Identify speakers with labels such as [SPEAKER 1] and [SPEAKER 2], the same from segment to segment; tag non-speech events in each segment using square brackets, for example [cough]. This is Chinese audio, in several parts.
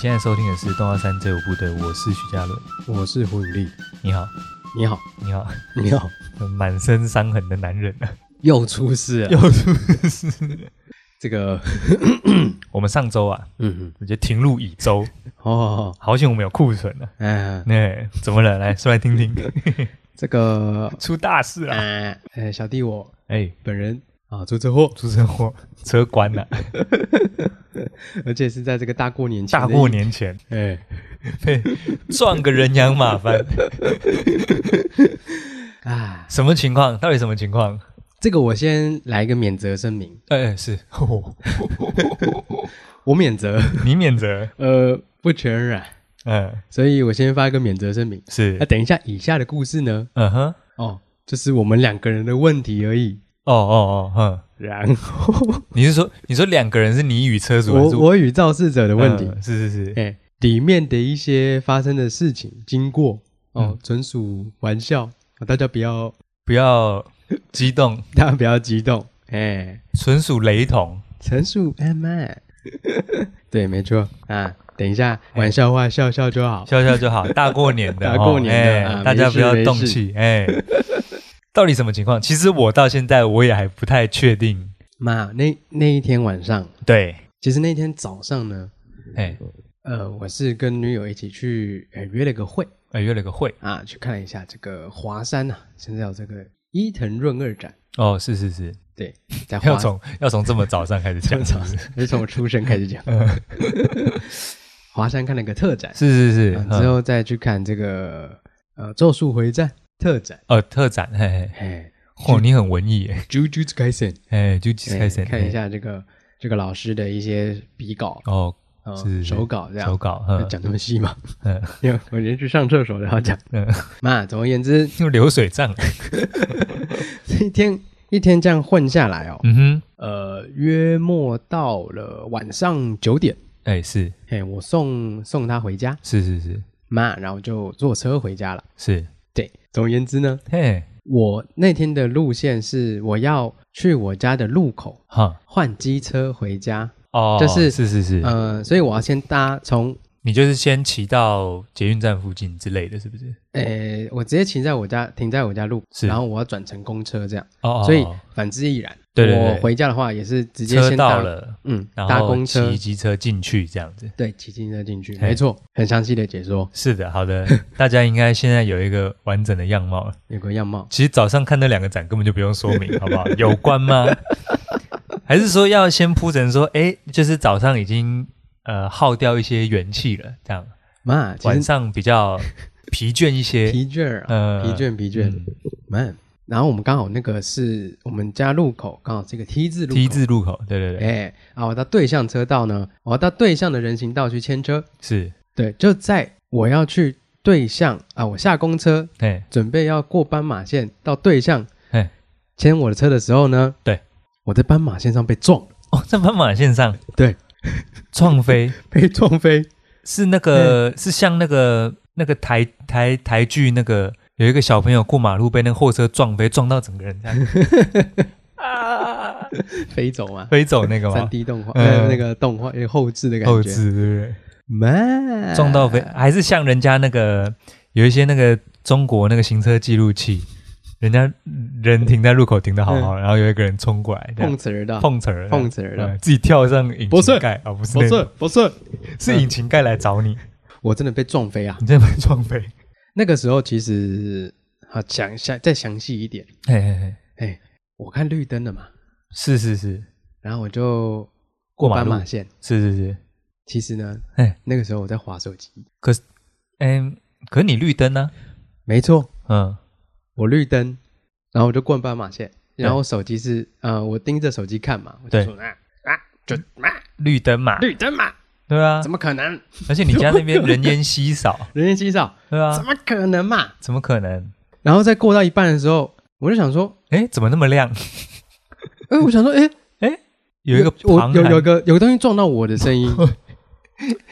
[SPEAKER 1] 现在收听的是《动画三这五部队》，我是许嘉伦。
[SPEAKER 2] 我是胡永利。
[SPEAKER 1] 你好，
[SPEAKER 2] 你好，
[SPEAKER 1] 你好， [laughs]
[SPEAKER 2] 你好，
[SPEAKER 1] 满身伤痕的男人啊，
[SPEAKER 2] 又出事了。
[SPEAKER 1] 又出事。
[SPEAKER 2] 这个，
[SPEAKER 1] [laughs] 我们上周啊，
[SPEAKER 2] 嗯，
[SPEAKER 1] 我觉得停入乙州，
[SPEAKER 2] 哦，
[SPEAKER 1] 好险我们有库存啊。 [laughs]
[SPEAKER 2] 嗯，
[SPEAKER 1] 那、怎么了？来说来听听，
[SPEAKER 2] 这个，
[SPEAKER 1] [laughs] 出大事了！
[SPEAKER 2] 呃，哎小弟我
[SPEAKER 1] 哎、
[SPEAKER 2] 本人啊出车祸，
[SPEAKER 1] 出车祸，车关 [laughs] 了，
[SPEAKER 2] 而且是在这个大过年前
[SPEAKER 1] 大
[SPEAKER 2] 的一
[SPEAKER 1] 过，年前
[SPEAKER 2] 哎，
[SPEAKER 1] 被撞个人仰马翻， [laughs]
[SPEAKER 2] 啊，
[SPEAKER 1] 什么情况？到底什么情况？
[SPEAKER 2] 这个我先来一个免责声明，
[SPEAKER 1] 哎、是、哦、
[SPEAKER 2] 我免责，
[SPEAKER 1] [laughs] 你免责，
[SPEAKER 2] 呃，不全然，
[SPEAKER 1] 嗯，
[SPEAKER 2] 所以我先发一个免责声明。
[SPEAKER 1] 是
[SPEAKER 2] 那、，等一下，以下的故事呢，
[SPEAKER 1] 嗯哼，哦
[SPEAKER 2] 哦，就是我们两个人的问题而已。
[SPEAKER 1] 哦哦，哼、
[SPEAKER 2] 然后
[SPEAKER 1] 你是说，你说两个人是你与车主还
[SPEAKER 2] 我
[SPEAKER 1] 是嗯
[SPEAKER 2] 我与肇事者的
[SPEAKER 1] 的
[SPEAKER 2] 问题，
[SPEAKER 1] 是是是，
[SPEAKER 2] 哎、里面的一些发生的事情经过哦
[SPEAKER 1] 嗯，
[SPEAKER 2] 纯属玩笑，哦大家不要 [laughs]
[SPEAKER 1] 不要激动，
[SPEAKER 2] 大家不要激动，哎、
[SPEAKER 1] 纯属雷同。
[SPEAKER 2] 纯属
[SPEAKER 1] [laughs]
[SPEAKER 2] 慢慢，对，没错啊，等一下玩笑话笑笑就好，
[SPEAKER 1] 哎笑笑就好，大过年的，
[SPEAKER 2] [laughs] 大过年的
[SPEAKER 1] 哦哎
[SPEAKER 2] 啊
[SPEAKER 1] 大家
[SPEAKER 2] 没事
[SPEAKER 1] 不要动气，哎，到底什么情况？其实我到现在我也还不太确定。
[SPEAKER 2] 妈，那那一天晚上，
[SPEAKER 1] 对，
[SPEAKER 2] 其实那天早上呢，
[SPEAKER 1] 哎，
[SPEAKER 2] 呃，我是跟女友一起去呃约了个会
[SPEAKER 1] 哎约了个会，
[SPEAKER 2] 啊，去看了一下这个华山啊，现在有这个伊藤润二展，
[SPEAKER 1] 哦，是是是，
[SPEAKER 2] 对，在
[SPEAKER 1] 要
[SPEAKER 2] 华山，
[SPEAKER 1] 从要从这么早上开始讲，是不是
[SPEAKER 2] 就是从我出生开始讲，华山看了个特展。
[SPEAKER 1] 是是是
[SPEAKER 2] 嗯，
[SPEAKER 1] 嗯
[SPEAKER 2] 之后再去看这个呃《咒术回战》特展，
[SPEAKER 1] 哦特展，嘿嘿，
[SPEAKER 2] 哎，
[SPEAKER 1] 哦你很文艺，哎
[SPEAKER 2] Jujutsu Kaisen，
[SPEAKER 1] 哎，就开始
[SPEAKER 2] 哎看一，下这个这个老师的一些笔稿
[SPEAKER 1] 哎，哦，
[SPEAKER 2] 呃
[SPEAKER 1] 是是
[SPEAKER 2] 手稿这
[SPEAKER 1] 手
[SPEAKER 2] 样。
[SPEAKER 1] 稿，
[SPEAKER 2] 那
[SPEAKER 1] 嗯
[SPEAKER 2] 讲那么细吗？ [laughs]
[SPEAKER 1] 嗯
[SPEAKER 2] 因为我连去上厕所都要讲。
[SPEAKER 1] [laughs] 嗯，
[SPEAKER 2] 那总而言之，
[SPEAKER 1] 就流水账，
[SPEAKER 2] 一天一天这样混下来哦，
[SPEAKER 1] 嗯哼。
[SPEAKER 2] 呃，约莫到了晚上九点，
[SPEAKER 1] 哎、是
[SPEAKER 2] 哎，我送送他回家，
[SPEAKER 1] 是是是
[SPEAKER 2] 妈，然后就坐车回家了。
[SPEAKER 1] 是，
[SPEAKER 2] 对，总而言之呢，
[SPEAKER 1] 嘿，
[SPEAKER 2] 我那天的路线是我要去我家的路口
[SPEAKER 1] 哈，
[SPEAKER 2] 换机车回家，
[SPEAKER 1] 哦，
[SPEAKER 2] 就是
[SPEAKER 1] 是是是，
[SPEAKER 2] 呃，所以我要先搭从，
[SPEAKER 1] 你就是先骑到捷运站附近之类的，是不是？
[SPEAKER 2] 呃，我直接骑在我家停在我家路，
[SPEAKER 1] 是
[SPEAKER 2] 然后我要转乘公车这样，
[SPEAKER 1] 哦，哦
[SPEAKER 2] 所以
[SPEAKER 1] 哦
[SPEAKER 2] 反之亦然。
[SPEAKER 1] 对对对
[SPEAKER 2] 我回家的话也是直接
[SPEAKER 1] 车
[SPEAKER 2] 先搭
[SPEAKER 1] 到，了，
[SPEAKER 2] 嗯，
[SPEAKER 1] 然
[SPEAKER 2] 搭
[SPEAKER 1] 后
[SPEAKER 2] 公车
[SPEAKER 1] 骑，机车进去这样子。
[SPEAKER 2] 对，骑自行车进去，
[SPEAKER 1] 嘿
[SPEAKER 2] 没错，很详细的解说，
[SPEAKER 1] 是的，好的，大家应该现在有一个完整的样貌了。
[SPEAKER 2] 有个样貌，
[SPEAKER 1] 其实早上看那两个展根本就不用说明，好不好？有关吗？ [laughs] 还是说要先铺陈说，哎，就是早上已经呃耗掉一些元气了，这样
[SPEAKER 2] 妈，其
[SPEAKER 1] 晚
[SPEAKER 2] 实
[SPEAKER 1] 上比
[SPEAKER 2] [laughs]
[SPEAKER 1] 较疲倦一些，
[SPEAKER 2] 疲倦啊，
[SPEAKER 1] 呃
[SPEAKER 2] 疲倦疲倦，
[SPEAKER 1] 嗯
[SPEAKER 2] 妈。然后我们刚好那个是我们家路口，刚好是一个 T 字路口
[SPEAKER 1] T 字路口，对对对，
[SPEAKER 2] 哎、啊，我到对向车道呢，我要到对向的人行道去牵车。
[SPEAKER 1] 是，
[SPEAKER 2] 对，就在我要去对向啊，我下公车
[SPEAKER 1] 哎
[SPEAKER 2] 准备要过斑马线到对向
[SPEAKER 1] 哎，
[SPEAKER 2] 牵我的车的时候呢，
[SPEAKER 1] 对，
[SPEAKER 2] 我在斑马线上被撞 [laughs] 了，
[SPEAKER 1] 哦，在斑马线上，
[SPEAKER 2] 对，
[SPEAKER 1] 撞
[SPEAKER 2] [laughs]
[SPEAKER 1] 飞
[SPEAKER 2] 被撞飞。
[SPEAKER 1] 是那个是像那个那个台台台剧那个有一个小朋友过马路被那个货车撞飞，撞到整个人这
[SPEAKER 2] [laughs]
[SPEAKER 1] 样啊
[SPEAKER 2] 飞走嘛，
[SPEAKER 1] 飞走那个
[SPEAKER 2] 三
[SPEAKER 1] 吗？
[SPEAKER 2] D 动画，
[SPEAKER 1] 嗯
[SPEAKER 2] 呃，那个动画有点后置的感觉，啊
[SPEAKER 1] 后置对不对？
[SPEAKER 2] 妈，
[SPEAKER 1] 撞到飞还是像人家那个有一些那个中国那个行车记录器，人家人停在路口停的好好的，然后有一个人冲过来，这
[SPEAKER 2] 碰
[SPEAKER 1] 样
[SPEAKER 2] 瓷儿的，
[SPEAKER 1] 碰瓷儿了，
[SPEAKER 2] 嗯碰瓷儿
[SPEAKER 1] 呃
[SPEAKER 2] 的，
[SPEAKER 1] 自己跳上引
[SPEAKER 2] 不是
[SPEAKER 1] 擎盖啊，不是嗯
[SPEAKER 2] 不
[SPEAKER 1] 那
[SPEAKER 2] 是
[SPEAKER 1] 个，
[SPEAKER 2] 不是，
[SPEAKER 1] 是引擎盖来找你，
[SPEAKER 2] 我真的被撞飞啊！
[SPEAKER 1] 你真的被撞飞。
[SPEAKER 2] 那个时候其实好讲一下，再详细一点，
[SPEAKER 1] 嘿嘿嘿，
[SPEAKER 2] 哎，我看绿灯了嘛，
[SPEAKER 1] 是是是
[SPEAKER 2] 然后我就
[SPEAKER 1] 过马
[SPEAKER 2] 斑
[SPEAKER 1] 路
[SPEAKER 2] 马线。
[SPEAKER 1] 是是是，
[SPEAKER 2] 其实呢，
[SPEAKER 1] 哎
[SPEAKER 2] 那个时候我在划手机，
[SPEAKER 1] 嗯，可是你绿灯呢、
[SPEAKER 2] 没错，
[SPEAKER 1] 嗯，
[SPEAKER 2] 我绿灯，然后我就过斑马线，然后手机是呃，我盯着手机看嘛，我就
[SPEAKER 1] 对
[SPEAKER 2] 说啊啊，就啊
[SPEAKER 1] 绿灯嘛，
[SPEAKER 2] 绿灯嘛，
[SPEAKER 1] 对啊
[SPEAKER 2] 怎，么可能？
[SPEAKER 1] 而且你家那边人烟稀
[SPEAKER 2] [laughs]
[SPEAKER 1] 少，
[SPEAKER 2] 人烟稀少，
[SPEAKER 1] 对
[SPEAKER 2] 怎
[SPEAKER 1] 啊，
[SPEAKER 2] 么可能嘛？
[SPEAKER 1] 怎么可能？
[SPEAKER 2] 然后在过到一半的时候，我就想说，
[SPEAKER 1] 哎，怎么那么亮？
[SPEAKER 2] 哎，我想说，哎，
[SPEAKER 1] [laughs] 有一个
[SPEAKER 2] 我
[SPEAKER 1] 庞
[SPEAKER 2] 有
[SPEAKER 1] 然
[SPEAKER 2] 有一个有个东西撞到我的
[SPEAKER 1] [laughs]
[SPEAKER 2] 声音，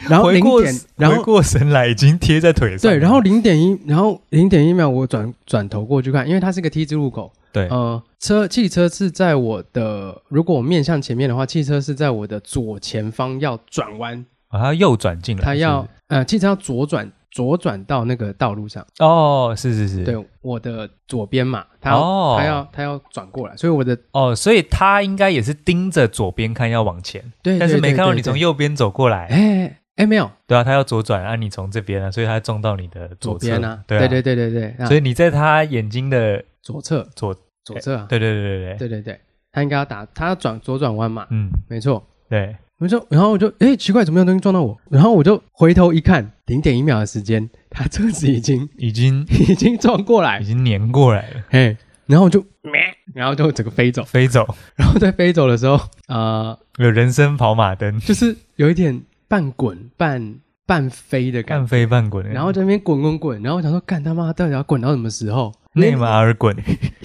[SPEAKER 2] 然后
[SPEAKER 1] 回
[SPEAKER 2] 零
[SPEAKER 1] 过
[SPEAKER 2] 点
[SPEAKER 1] 神，
[SPEAKER 2] 然
[SPEAKER 1] 回
[SPEAKER 2] 后。
[SPEAKER 1] 过神来已经贴在腿上了，
[SPEAKER 2] 对，然后零点一，然后零点一秒，我转转头过去看，因为它是个 T 字路口，
[SPEAKER 1] 对，
[SPEAKER 2] 呃，车汽车是在我的，如果我面向前面的话，汽车是在我的左前方要转弯
[SPEAKER 1] 哦他要右转进来，
[SPEAKER 2] 他
[SPEAKER 1] 是
[SPEAKER 2] 要
[SPEAKER 1] 不
[SPEAKER 2] 呃，汽车要左转，左转到那个道路上。
[SPEAKER 1] 是哦，是是是，
[SPEAKER 2] 对，我的左边嘛，他要、
[SPEAKER 1] 哦
[SPEAKER 2] 他要他要转过来，所以我的
[SPEAKER 1] 哦，所以他应该也是盯着左边看要往前，
[SPEAKER 2] 对，
[SPEAKER 1] 但是
[SPEAKER 2] 对
[SPEAKER 1] 没
[SPEAKER 2] 对
[SPEAKER 1] 看到
[SPEAKER 2] 对
[SPEAKER 1] 你从
[SPEAKER 2] 对
[SPEAKER 1] 右边走过来，
[SPEAKER 2] 哎哎没有
[SPEAKER 1] 对啊，他要左转啊，你从这边啊，所以他撞到你的
[SPEAKER 2] 左
[SPEAKER 1] 侧
[SPEAKER 2] 边啊，
[SPEAKER 1] 对啊
[SPEAKER 2] 对对对对对，啊
[SPEAKER 1] 所以你在他眼睛的
[SPEAKER 2] 左侧
[SPEAKER 1] 左，
[SPEAKER 2] 左侧啊，
[SPEAKER 1] 对对对对对，
[SPEAKER 2] 对对对，他应该要打他要转左转弯嘛，
[SPEAKER 1] 嗯，
[SPEAKER 2] 没错。
[SPEAKER 1] 对，
[SPEAKER 2] 没错，然后我就哎奇怪，怎么有东西撞到我？然后我就回头一看，零点一秒的时间，他车子已经
[SPEAKER 1] 已经
[SPEAKER 2] [laughs] 已经撞过来
[SPEAKER 1] [laughs] 已，经粘过来了，
[SPEAKER 2] 哎，然后我就，咩然后就整个飞走。 [laughs]
[SPEAKER 1] 飞走，
[SPEAKER 2] 然后在飞走的时候，呃，
[SPEAKER 1] 有人生跑马灯，
[SPEAKER 2] 就是有一点半滚半半飞的感
[SPEAKER 1] 半
[SPEAKER 2] 觉，
[SPEAKER 1] 飞半滚，
[SPEAKER 2] 然后在那边滚滚滚，然后我想说，干他妈到底要滚到什么
[SPEAKER 1] [laughs]
[SPEAKER 2] 时候？
[SPEAKER 1] 内马尔滚，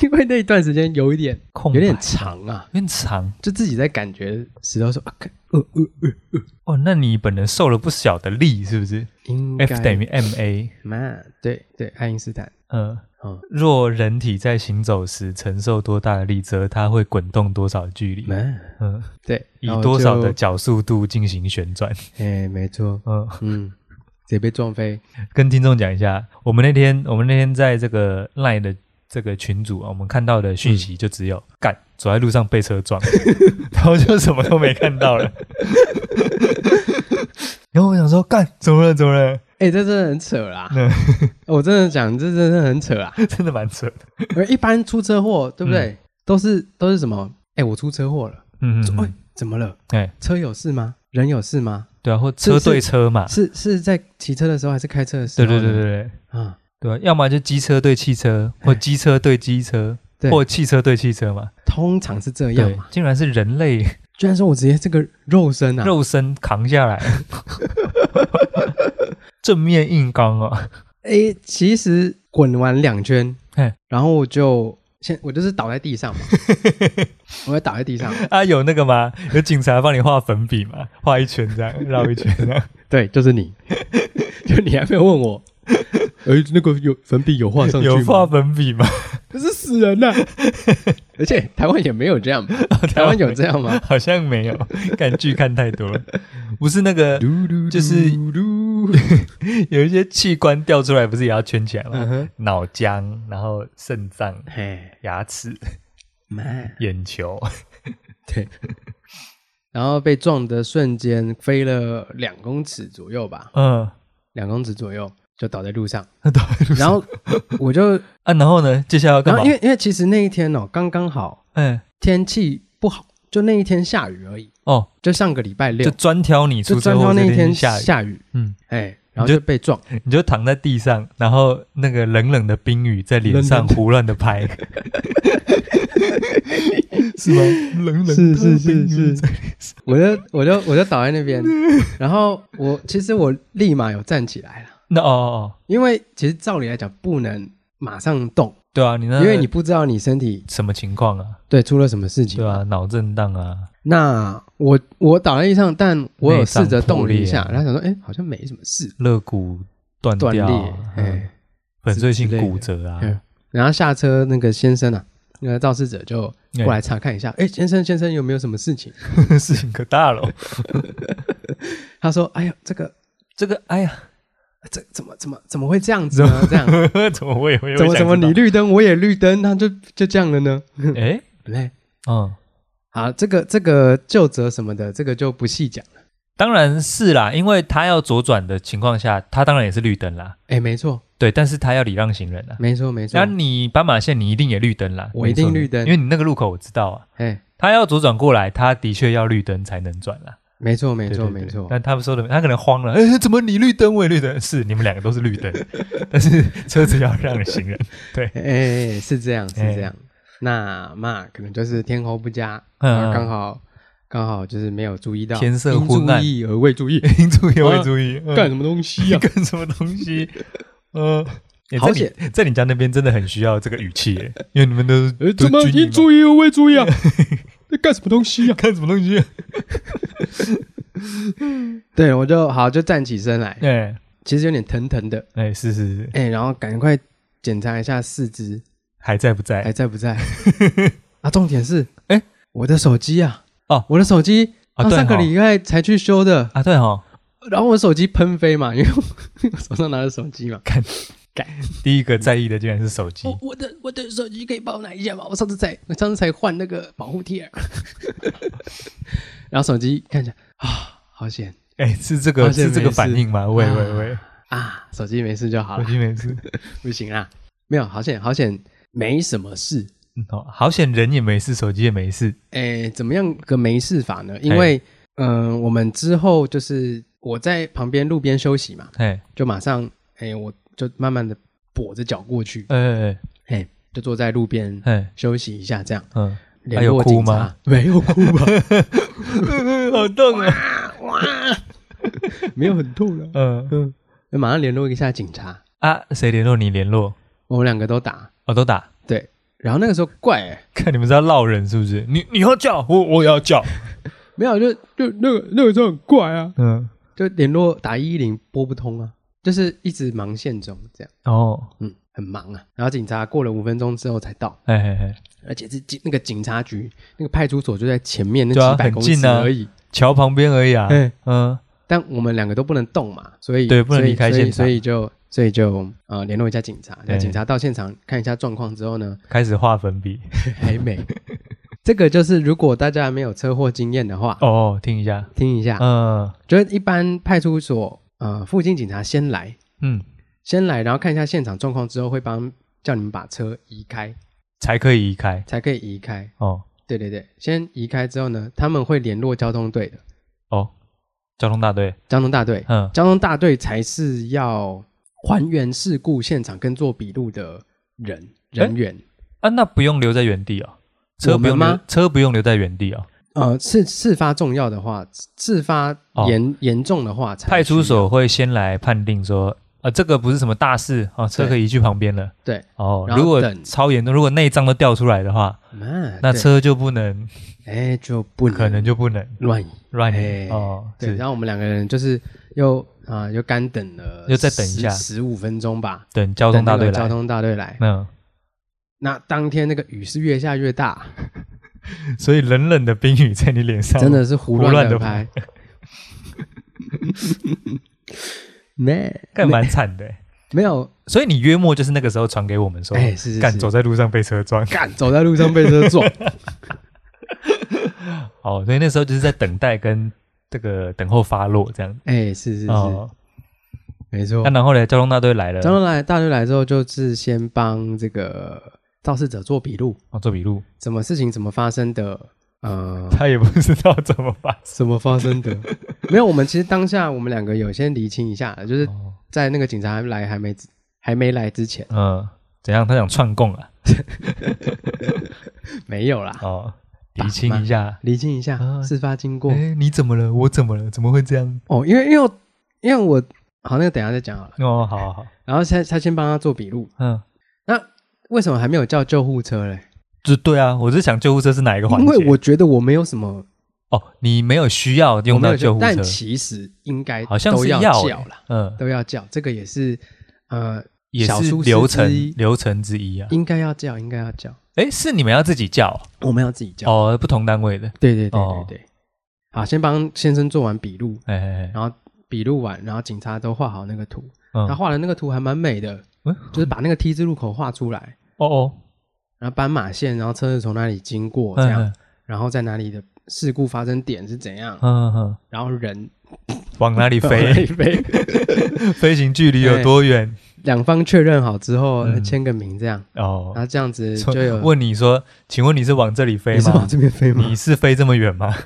[SPEAKER 2] 因为那一段时间有一点
[SPEAKER 1] 空白
[SPEAKER 2] 有点长啊，
[SPEAKER 1] 有点长
[SPEAKER 2] 就自己在感觉石头说，啊干呃呃呃，
[SPEAKER 1] 哦，那你本人受了不小的力，是不是
[SPEAKER 2] 应该
[SPEAKER 1] ？F 等于 m a，
[SPEAKER 2] 嘛？对对，爱因斯坦，
[SPEAKER 1] 嗯。
[SPEAKER 2] 嗯，
[SPEAKER 1] 若人体在行走时承受多大的力，则它会滚动多少距离？
[SPEAKER 2] 嘛，
[SPEAKER 1] 嗯，
[SPEAKER 2] 对，
[SPEAKER 1] 以
[SPEAKER 2] 然后
[SPEAKER 1] 多少
[SPEAKER 2] 就
[SPEAKER 1] 的角速度进行旋转？
[SPEAKER 2] 哎，没错，
[SPEAKER 1] 嗯，
[SPEAKER 2] 嗯，直接被撞飞，
[SPEAKER 1] [laughs] 跟听众讲一下，我们那天我们那天在这个 LINE 的这个群组啊，我们看到的讯息就只有
[SPEAKER 2] 嗯
[SPEAKER 1] 干、走在路上被车撞， [laughs] 然后就什么都没看到了。 [laughs] 然后我想说，干怎么了？怎么了？ [laughs]
[SPEAKER 2] 哎、这真的很扯啦！ [laughs] 我真的讲，这真的很扯
[SPEAKER 1] [laughs]
[SPEAKER 2] 啦。
[SPEAKER 1] 真的蛮扯的。
[SPEAKER 2] 而一般出车祸，对不对？都是都是什么？哎、我出车祸了，
[SPEAKER 1] 嗯，
[SPEAKER 2] 哎、
[SPEAKER 1] 嗯嗯
[SPEAKER 2] 怎么了？
[SPEAKER 1] 哎，
[SPEAKER 2] 车有事吗？人有事吗？
[SPEAKER 1] 对啊，或
[SPEAKER 2] 是
[SPEAKER 1] 车
[SPEAKER 2] 是
[SPEAKER 1] 对车嘛，
[SPEAKER 2] 是是在骑车的时候还是开车的时
[SPEAKER 1] 对
[SPEAKER 2] 候？
[SPEAKER 1] 对对对对
[SPEAKER 2] 对，啊，
[SPEAKER 1] 对啊，要么就机车对汽车，或机车对机车，
[SPEAKER 2] 哎对
[SPEAKER 1] 或汽车对汽车嘛。
[SPEAKER 2] 通常是这样
[SPEAKER 1] 对
[SPEAKER 2] 嘛。，
[SPEAKER 1] 竟然是人类
[SPEAKER 2] 居然说我直接这个肉身啊，
[SPEAKER 1] 肉身扛下来， [laughs] 正面硬刚啊！
[SPEAKER 2] 哎、其实滚完两圈
[SPEAKER 1] 嘿，
[SPEAKER 2] 然后我就先我就是倒在
[SPEAKER 1] [laughs]
[SPEAKER 2] 地上嘛，我就倒在地上，
[SPEAKER 1] [laughs] 啊，有那个吗？有警察帮你画粉笔吗？画一圈这样，绕一圈这
[SPEAKER 2] [laughs]
[SPEAKER 1] 样。
[SPEAKER 2] 对，就是你，就你还没有问 [laughs] 我，哎、那个有粉笔有画上去吗？
[SPEAKER 1] 有画粉笔吗？ [laughs]
[SPEAKER 2] 可是死人啊哦了， [laughs] 而且台湾也没有这样 [laughs] 吧，台湾有这样吗？
[SPEAKER 1] 好像没有，看剧看太多了。不是那个
[SPEAKER 2] 就是，
[SPEAKER 1] [laughs] 有一些器官掉出来，不是也要圈起来
[SPEAKER 2] 嗯
[SPEAKER 1] 吗？
[SPEAKER 2] 哼，
[SPEAKER 1] 脑浆，然后肾脏、
[SPEAKER 2] 嘿，
[SPEAKER 1] 牙齿、
[SPEAKER 2] 妈，
[SPEAKER 1] 眼球，
[SPEAKER 2] 对。然后被撞的瞬间飞了两公尺左右吧，
[SPEAKER 1] 嗯，
[SPEAKER 2] 两公尺左右就倒在路 [laughs] 上。
[SPEAKER 1] 那到底
[SPEAKER 2] 然后我就，
[SPEAKER 1] 嗯啊，然后呢？接下来要干嘛
[SPEAKER 2] 然后因？为因为其实那一天哦，刚刚好
[SPEAKER 1] 嗯，
[SPEAKER 2] 天气不好，就那一天下雨而已，
[SPEAKER 1] 哦，
[SPEAKER 2] 就上个礼拜
[SPEAKER 1] 就
[SPEAKER 2] 六，
[SPEAKER 1] 专挑你
[SPEAKER 2] 就
[SPEAKER 1] 出
[SPEAKER 2] 专
[SPEAKER 1] 车
[SPEAKER 2] 挑
[SPEAKER 1] 祸
[SPEAKER 2] 那
[SPEAKER 1] 这
[SPEAKER 2] 一天
[SPEAKER 1] 下雨，
[SPEAKER 2] 下雨，
[SPEAKER 1] 嗯。
[SPEAKER 2] 哎，然后就被撞，
[SPEAKER 1] 你就躺在地上，然后那个冷冷的冰雨在脸上
[SPEAKER 2] 冷冷的
[SPEAKER 1] 胡乱的
[SPEAKER 2] [laughs]
[SPEAKER 1] 拍，是吗？冷冷的
[SPEAKER 2] 是是是
[SPEAKER 1] 冰雨
[SPEAKER 2] 是
[SPEAKER 1] 在，
[SPEAKER 2] [laughs] 我就我就我就倒在
[SPEAKER 1] [laughs]
[SPEAKER 2] 那边，然后我其实我立马有站起来了，
[SPEAKER 1] 那哦哦，哦
[SPEAKER 2] 因为其实照理来讲不能马上动，
[SPEAKER 1] 对啊，你那
[SPEAKER 2] 因为你不知道你身体
[SPEAKER 1] 什么情况啊？
[SPEAKER 2] 对出了什么事情。
[SPEAKER 1] 对啊，脑震荡啊，
[SPEAKER 2] 那我我倒在地上，但我有试着动了一
[SPEAKER 1] 内
[SPEAKER 2] 下
[SPEAKER 1] 脏破，裂啊
[SPEAKER 2] 然后想说，哎，好像没什么事，
[SPEAKER 1] 肋骨断
[SPEAKER 2] 断
[SPEAKER 1] 掉
[SPEAKER 2] 裂
[SPEAKER 1] 啊，，嗯
[SPEAKER 2] 哎，
[SPEAKER 1] 粉碎性
[SPEAKER 2] 之类的
[SPEAKER 1] 骨折啊，
[SPEAKER 2] 嗯然后下车那个先生啊，那个肇事者就过来查看一下，哎，先生先生有没有什么事情？
[SPEAKER 1] 哎 [laughs] 事情可大了。
[SPEAKER 2] 他说，哎呀，这个
[SPEAKER 1] 这个哎呀， [laughs]
[SPEAKER 2] 这怎么怎么怎么会这样子呢？这样
[SPEAKER 1] 怎么我也会
[SPEAKER 2] [laughs] 怎么怎么你
[SPEAKER 1] 绿？
[SPEAKER 2] 绿灯我也绿灯，那就就这样了呢？
[SPEAKER 1] 哎，
[SPEAKER 2] 对，
[SPEAKER 1] 嗯，
[SPEAKER 2] 好，这个这个就责什么的，这个就不细讲了。
[SPEAKER 1] 当然是啦，因为他要左转的情况下，他当然也是绿灯啦，
[SPEAKER 2] 哎，没错，
[SPEAKER 1] 对，但是他要礼让行人啊。
[SPEAKER 2] 没错，没错
[SPEAKER 1] 那。你斑马线你一定也绿灯啦，
[SPEAKER 2] 我一定
[SPEAKER 1] 没错
[SPEAKER 2] 绿灯
[SPEAKER 1] 因为你那个路口我知道啊。
[SPEAKER 2] 哎，
[SPEAKER 1] 他要左转过来，他的确要绿灯才能转啦。
[SPEAKER 2] 没错，没
[SPEAKER 1] 没
[SPEAKER 2] 错，没错。
[SPEAKER 1] 但他们说的，他可能慌了，哎，怎么你绿灯我也绿灯？是你们两个都是绿灯， [laughs] 但是车子要让行人。
[SPEAKER 2] 哎哎，哎是这样，是
[SPEAKER 1] 哎
[SPEAKER 2] 这样。那嘛，可能就是天候不佳，
[SPEAKER 1] 嗯
[SPEAKER 2] 然后刚好刚好就是没有注意到，
[SPEAKER 1] 天色
[SPEAKER 2] 应
[SPEAKER 1] 昏暗
[SPEAKER 2] 注意而未注意，
[SPEAKER 1] 您注意，我也注意，嗯
[SPEAKER 2] 哦干什么东西 [laughs] 啊？
[SPEAKER 1] 干什么东西？嗯。哎
[SPEAKER 2] 好
[SPEAKER 1] 在你在你家那边真的很需要这个语气耶，因为你们都
[SPEAKER 2] [laughs] 哎，
[SPEAKER 1] 都
[SPEAKER 2] 怎么
[SPEAKER 1] 军营
[SPEAKER 2] 应
[SPEAKER 1] 嘛
[SPEAKER 2] 注意而未注意 [laughs] 啊？在干什么东西啊？
[SPEAKER 1] 看什么东西？
[SPEAKER 2] [laughs] 对，我就好就站起身来，
[SPEAKER 1] 哎
[SPEAKER 2] 其实有点疼疼的，
[SPEAKER 1] 哎，是是是，
[SPEAKER 2] 哎，然后赶快检查一下四肢，
[SPEAKER 1] 还在不在
[SPEAKER 2] 还？在不在？哎 [laughs] 啊，重点是，
[SPEAKER 1] 哎
[SPEAKER 2] 我的手机啊，
[SPEAKER 1] 哦
[SPEAKER 2] 我的手机，
[SPEAKER 1] 啊
[SPEAKER 2] 啊，
[SPEAKER 1] 对
[SPEAKER 2] 上个
[SPEAKER 1] 吼
[SPEAKER 2] 礼拜才去修的，
[SPEAKER 1] 啊，对哈，
[SPEAKER 2] 然后我手机喷飞嘛，因为我 [laughs] 手上拿着手机嘛，
[SPEAKER 1] 第一个在意的竟然是手机
[SPEAKER 2] 我，我的我的手机可以帮我拿一下吗？我上次才我上次才换那个保护贴， [laughs] 然后手机看一下啊，好险
[SPEAKER 1] 哎、是这个
[SPEAKER 2] 发现
[SPEAKER 1] 是这个
[SPEAKER 2] 没事
[SPEAKER 1] 反应吗？喂
[SPEAKER 2] 啊
[SPEAKER 1] 喂喂，
[SPEAKER 2] 啊，手机没事就好
[SPEAKER 1] 手
[SPEAKER 2] 了，
[SPEAKER 1] 机没 [laughs] 事，
[SPEAKER 2] 不行啊，没有好险好险，没什么事。
[SPEAKER 1] 嗯好好险人也没事，手机也没事，
[SPEAKER 2] 诶，怎么样个没事法呢？因为嗯、呃我们之后就是我在旁边路边休息嘛，
[SPEAKER 1] 哎
[SPEAKER 2] 就马上诶，我就慢慢的跛着脚过去，
[SPEAKER 1] 哎哎
[SPEAKER 2] 诶，就坐在路边
[SPEAKER 1] 哎，
[SPEAKER 2] 休息一下这样。
[SPEAKER 1] 嗯，还
[SPEAKER 2] 联
[SPEAKER 1] 有
[SPEAKER 2] 络
[SPEAKER 1] 哭
[SPEAKER 2] 警
[SPEAKER 1] 吗 [laughs]
[SPEAKER 2] 察？没有哭 [laughs] 吧？
[SPEAKER 1] 好痛啊，
[SPEAKER 2] 没有很痛了。
[SPEAKER 1] 嗯
[SPEAKER 2] 嗯，那马上联络一下警察，
[SPEAKER 1] 啊，谁联络你联络？
[SPEAKER 2] 我们两个都打。
[SPEAKER 1] 我、都打， [laughs]
[SPEAKER 2] 对，然后那个时候怪、欸，
[SPEAKER 1] 看你们是要闹人是不是？你你要叫我，我也要叫，
[SPEAKER 2] 没有就就那个那个时候很怪啊，
[SPEAKER 1] 嗯，
[SPEAKER 2] 就联络打一一零拨不通啊，就是一直忙线中这样，
[SPEAKER 1] 哦，
[SPEAKER 2] 嗯，很忙啊。然后警察过了五分钟之后才到，
[SPEAKER 1] 哎哎哎，
[SPEAKER 2] 而且是警那个警察局那个派出所就在前面那
[SPEAKER 1] 对啊
[SPEAKER 2] 几百
[SPEAKER 1] 很
[SPEAKER 2] 公
[SPEAKER 1] 近
[SPEAKER 2] 尺
[SPEAKER 1] 啊
[SPEAKER 2] 而已。
[SPEAKER 1] 桥旁边而已啊，
[SPEAKER 2] 哎
[SPEAKER 1] 嗯，
[SPEAKER 2] 但我们两个都不能动嘛，所以
[SPEAKER 1] 对不能
[SPEAKER 2] 所以
[SPEAKER 1] 离开
[SPEAKER 2] 所以
[SPEAKER 1] 现场
[SPEAKER 2] 所以就所以就呃联络一下警察，
[SPEAKER 1] 对
[SPEAKER 2] 那警察到现场看一下状况之后呢，
[SPEAKER 1] 开始画粉笔，
[SPEAKER 2] 还没。 [laughs] 这个就是如果大家没有车祸经验的话，
[SPEAKER 1] 哦，听一下，
[SPEAKER 2] 听一下，
[SPEAKER 1] 嗯
[SPEAKER 2] 就是一般派出所呃附近警察先来，
[SPEAKER 1] 嗯，
[SPEAKER 2] 先来，然后看一下现场状况之后，会帮叫你们把车移开，
[SPEAKER 1] 才可以移开，
[SPEAKER 2] 才可以移开。
[SPEAKER 1] 哦
[SPEAKER 2] 对对对，先移开之后呢，他们会联络交通队的
[SPEAKER 1] 哦，交通大队，
[SPEAKER 2] 交通大队，
[SPEAKER 1] 嗯，
[SPEAKER 2] 交通大队才是要还原事故现场跟做笔录的人人员。
[SPEAKER 1] 啊，那不用留在原地哦，车
[SPEAKER 2] 我
[SPEAKER 1] 不
[SPEAKER 2] 们
[SPEAKER 1] 用留
[SPEAKER 2] 吗？
[SPEAKER 1] 车不用留在原地哦，
[SPEAKER 2] 呃，事事发重要的话，事发
[SPEAKER 1] 哦
[SPEAKER 2] 严、严重的话才需要，
[SPEAKER 1] 派出所会先来判定说，啊，这个不是什么大事啊，车
[SPEAKER 2] 对
[SPEAKER 1] 可以移去旁边了。
[SPEAKER 2] 对，
[SPEAKER 1] 哦，
[SPEAKER 2] 然后
[SPEAKER 1] 如果
[SPEAKER 2] 等
[SPEAKER 1] 超严重，如果内脏都掉出来的话，
[SPEAKER 2] 啊，
[SPEAKER 1] 那
[SPEAKER 2] 对
[SPEAKER 1] 车就不能，
[SPEAKER 2] 哎就不
[SPEAKER 1] 可能
[SPEAKER 2] 就
[SPEAKER 1] 就不能
[SPEAKER 2] 乱移。
[SPEAKER 1] 乱
[SPEAKER 2] 哎
[SPEAKER 1] 哦，
[SPEAKER 2] 对，
[SPEAKER 1] 是
[SPEAKER 2] 然后我们两个人就是又啊、又干等了，
[SPEAKER 1] 又再等一下
[SPEAKER 2] 十五分钟吧。
[SPEAKER 1] 等交通大队
[SPEAKER 2] 等那个交
[SPEAKER 1] 来，
[SPEAKER 2] 通大队来。
[SPEAKER 1] 嗯，
[SPEAKER 2] 那当天那个雨是越下越大，
[SPEAKER 1] 嗯所以冷冷的冰雨在你脸上，
[SPEAKER 2] 真的是胡
[SPEAKER 1] 胡乱
[SPEAKER 2] 乱
[SPEAKER 1] 地
[SPEAKER 2] 的拍。 [laughs] 没
[SPEAKER 1] 干蛮惨的欸。
[SPEAKER 2] 没有
[SPEAKER 1] 所以你约莫就是那个时候传给我们说，
[SPEAKER 2] 哎，是是
[SPEAKER 1] 干
[SPEAKER 2] 是
[SPEAKER 1] 走在路上被车撞，
[SPEAKER 2] 干走在路上被车
[SPEAKER 1] [laughs]
[SPEAKER 2] 撞，
[SPEAKER 1] 哦，所以那时候就是在等待跟这个等候发落这样子。
[SPEAKER 2] 哎，是是是，
[SPEAKER 1] 哦，
[SPEAKER 2] 没错
[SPEAKER 1] 那。然后呢，交通大队来了，
[SPEAKER 2] 张龙来大队来之后，就是先帮这个肇事者做笔录，
[SPEAKER 1] 哦做笔录，
[SPEAKER 2] 什么事情怎么发生的，
[SPEAKER 1] [laughs]
[SPEAKER 2] 呃，
[SPEAKER 1] 他也不知道怎么办。
[SPEAKER 2] 怎么发生的？没有，我们其实当下我们两个有先厘清一下，就是
[SPEAKER 1] 哦
[SPEAKER 2] 在那个警察还来还没还没来之前，
[SPEAKER 1] 嗯，怎样？他想串供啊？
[SPEAKER 2] 没有啦，
[SPEAKER 1] 哦，
[SPEAKER 2] 爸
[SPEAKER 1] 厘清一下。
[SPEAKER 2] 厘清一下
[SPEAKER 1] 啊
[SPEAKER 2] 事发经过。
[SPEAKER 1] 哎，你怎么了？我怎么了？怎么会这样？
[SPEAKER 2] 哦，因为因为我因为我好，那个等一下再讲好了。
[SPEAKER 1] 哦，好好好，
[SPEAKER 2] 然后他他先帮他做笔录，
[SPEAKER 1] 嗯，
[SPEAKER 2] 那为什么还没有叫救护车嘞？
[SPEAKER 1] 这对啊，我是想救护车是哪一个环
[SPEAKER 2] 因
[SPEAKER 1] 节？
[SPEAKER 2] 为我觉得我没有什么
[SPEAKER 1] 哦，你没有需要
[SPEAKER 2] 我
[SPEAKER 1] 用
[SPEAKER 2] 没
[SPEAKER 1] 到
[SPEAKER 2] 有觉
[SPEAKER 1] 救护
[SPEAKER 2] 得
[SPEAKER 1] 车
[SPEAKER 2] 但，其实应该
[SPEAKER 1] 好像
[SPEAKER 2] 都
[SPEAKER 1] 是
[SPEAKER 2] 要
[SPEAKER 1] 要
[SPEAKER 2] 叫
[SPEAKER 1] 欸
[SPEAKER 2] 啦，
[SPEAKER 1] 嗯，
[SPEAKER 2] 都要叫，这个也是呃
[SPEAKER 1] 也
[SPEAKER 2] 小
[SPEAKER 1] 是
[SPEAKER 2] 疏失
[SPEAKER 1] 流
[SPEAKER 2] 之
[SPEAKER 1] 程
[SPEAKER 2] 一嗯
[SPEAKER 1] 流程之一啊。
[SPEAKER 2] 应该要叫，应该要叫，
[SPEAKER 1] 哎，是你们要自己叫哦
[SPEAKER 2] 我们要自己叫。
[SPEAKER 1] 哦，不同单位的。
[SPEAKER 2] 对对对
[SPEAKER 1] 哦
[SPEAKER 2] 对对，好，先帮先生做完笔录，
[SPEAKER 1] 哎哎哎，
[SPEAKER 2] 然后笔录完，然后警察都画好那个图，
[SPEAKER 1] 嗯
[SPEAKER 2] 他，画的那个图还蛮美的，
[SPEAKER 1] 嗯
[SPEAKER 2] 就是把那个 T 字路口画出来，
[SPEAKER 1] 哦哦，
[SPEAKER 2] 然后斑马线，然后车子从哪里经过这
[SPEAKER 1] 嗯
[SPEAKER 2] 样
[SPEAKER 1] 嗯，
[SPEAKER 2] 然后在哪里的事故发生点是怎样，
[SPEAKER 1] 嗯嗯，
[SPEAKER 2] 然后人
[SPEAKER 1] 往哪里
[SPEAKER 2] 啊 [laughs] 飞 [laughs]
[SPEAKER 1] 飞？
[SPEAKER 2] 飞，
[SPEAKER 1] 飞行距离有多远？
[SPEAKER 2] 两方确认好之后
[SPEAKER 1] 嗯
[SPEAKER 2] 签个名这样，
[SPEAKER 1] 哦
[SPEAKER 2] 然，后这样子
[SPEAKER 1] 所
[SPEAKER 2] 就
[SPEAKER 1] 以
[SPEAKER 2] 有
[SPEAKER 1] 问你说，请问你是往这里飞
[SPEAKER 2] 你是
[SPEAKER 1] 吗
[SPEAKER 2] 往？这边飞吗
[SPEAKER 1] 你？是飞这么远吗？
[SPEAKER 2] [laughs]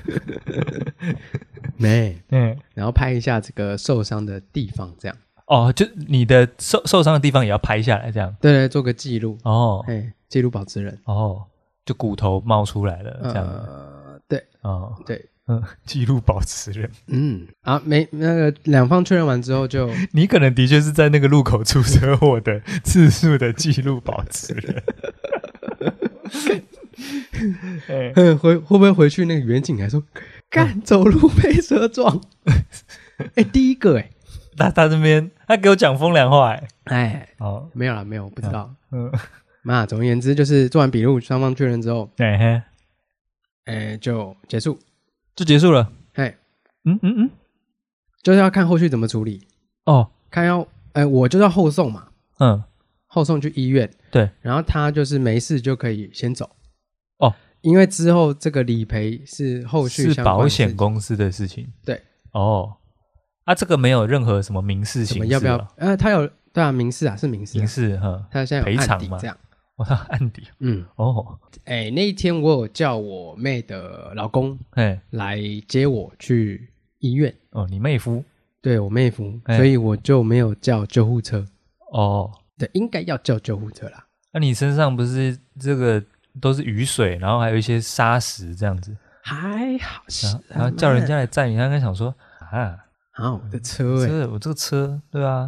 [SPEAKER 2] 没，
[SPEAKER 1] 嗯，
[SPEAKER 2] 然后拍一下这个受伤的地方这样，
[SPEAKER 1] 哦，就你的受受伤的地方也要拍下来，这样。
[SPEAKER 2] 对对，做个记录，
[SPEAKER 1] 哦
[SPEAKER 2] 哎，记录保持人。
[SPEAKER 1] 哦，就骨头冒出来了，这样。
[SPEAKER 2] 呃，对
[SPEAKER 1] 哦， [laughs]
[SPEAKER 2] 对，
[SPEAKER 1] 嗯，记录保持人，
[SPEAKER 2] 嗯，啊，没那个两方确认完之后就， [laughs]
[SPEAKER 1] 你可能的确是在那个路口出车祸的次数的记录保持
[SPEAKER 2] [laughs]
[SPEAKER 1] 人。哎
[SPEAKER 2] 嗯，回会不会回去那个远景还说， [laughs] 干走路被车撞？ [laughs] 哎、第一个哎、
[SPEAKER 1] [laughs] 他他这边，他给我讲风凉话、哎，
[SPEAKER 2] 哎，
[SPEAKER 1] 哦，
[SPEAKER 2] 没有啦，没有，我不知道。
[SPEAKER 1] 嗯，
[SPEAKER 2] 那、总而言之，就是做完笔录，双方确认之后，
[SPEAKER 1] 哎嘿，
[SPEAKER 2] 哎、就结束。
[SPEAKER 1] 就结束了。
[SPEAKER 2] 哎，
[SPEAKER 1] 嗯嗯嗯，
[SPEAKER 2] 就是要看后续怎么处理，
[SPEAKER 1] 哦，
[SPEAKER 2] 看要，哎、我就要后送嘛，
[SPEAKER 1] 嗯，
[SPEAKER 2] 后送去医院，
[SPEAKER 1] 对，
[SPEAKER 2] 然后他就是没事就可以先走，
[SPEAKER 1] 哦，
[SPEAKER 2] 因为之后这个理赔是后续
[SPEAKER 1] 是
[SPEAKER 2] 相关
[SPEAKER 1] 保
[SPEAKER 2] 的事
[SPEAKER 1] 险
[SPEAKER 2] 情
[SPEAKER 1] 公司的事情。
[SPEAKER 2] 对，
[SPEAKER 1] 哦，啊，这个没有任何什么民事
[SPEAKER 2] 什
[SPEAKER 1] 刑
[SPEAKER 2] 么
[SPEAKER 1] 事、啊，
[SPEAKER 2] 要不要？呃，他有对啊，民事啊是民事啊、
[SPEAKER 1] 民事？哈， [laughs]
[SPEAKER 2] 他现在
[SPEAKER 1] 赔
[SPEAKER 2] 有案
[SPEAKER 1] 偿
[SPEAKER 2] 底
[SPEAKER 1] 嘛
[SPEAKER 2] 这样，
[SPEAKER 1] 我到案底
[SPEAKER 2] 嗯，
[SPEAKER 1] 哦，
[SPEAKER 2] 哎、那一天我有叫我妹的老公
[SPEAKER 1] 嘿，
[SPEAKER 2] 来接我去医院，
[SPEAKER 1] 哦，你妹夫
[SPEAKER 2] 对我妹夫，
[SPEAKER 1] 哎
[SPEAKER 2] 所以我就没有叫救护车。
[SPEAKER 1] 哦，
[SPEAKER 2] 对，应该要叫救护车啦。
[SPEAKER 1] 那、你身上不是这个都是雨水，然后还有一些沙石这样子，
[SPEAKER 2] 还好是
[SPEAKER 1] 然后
[SPEAKER 2] 啊，
[SPEAKER 1] 然后叫人
[SPEAKER 2] 妈
[SPEAKER 1] 家来载你，他应该想说啊，
[SPEAKER 2] 啊，我的车哎、
[SPEAKER 1] 这我这个车对
[SPEAKER 2] [laughs]
[SPEAKER 1] 啊，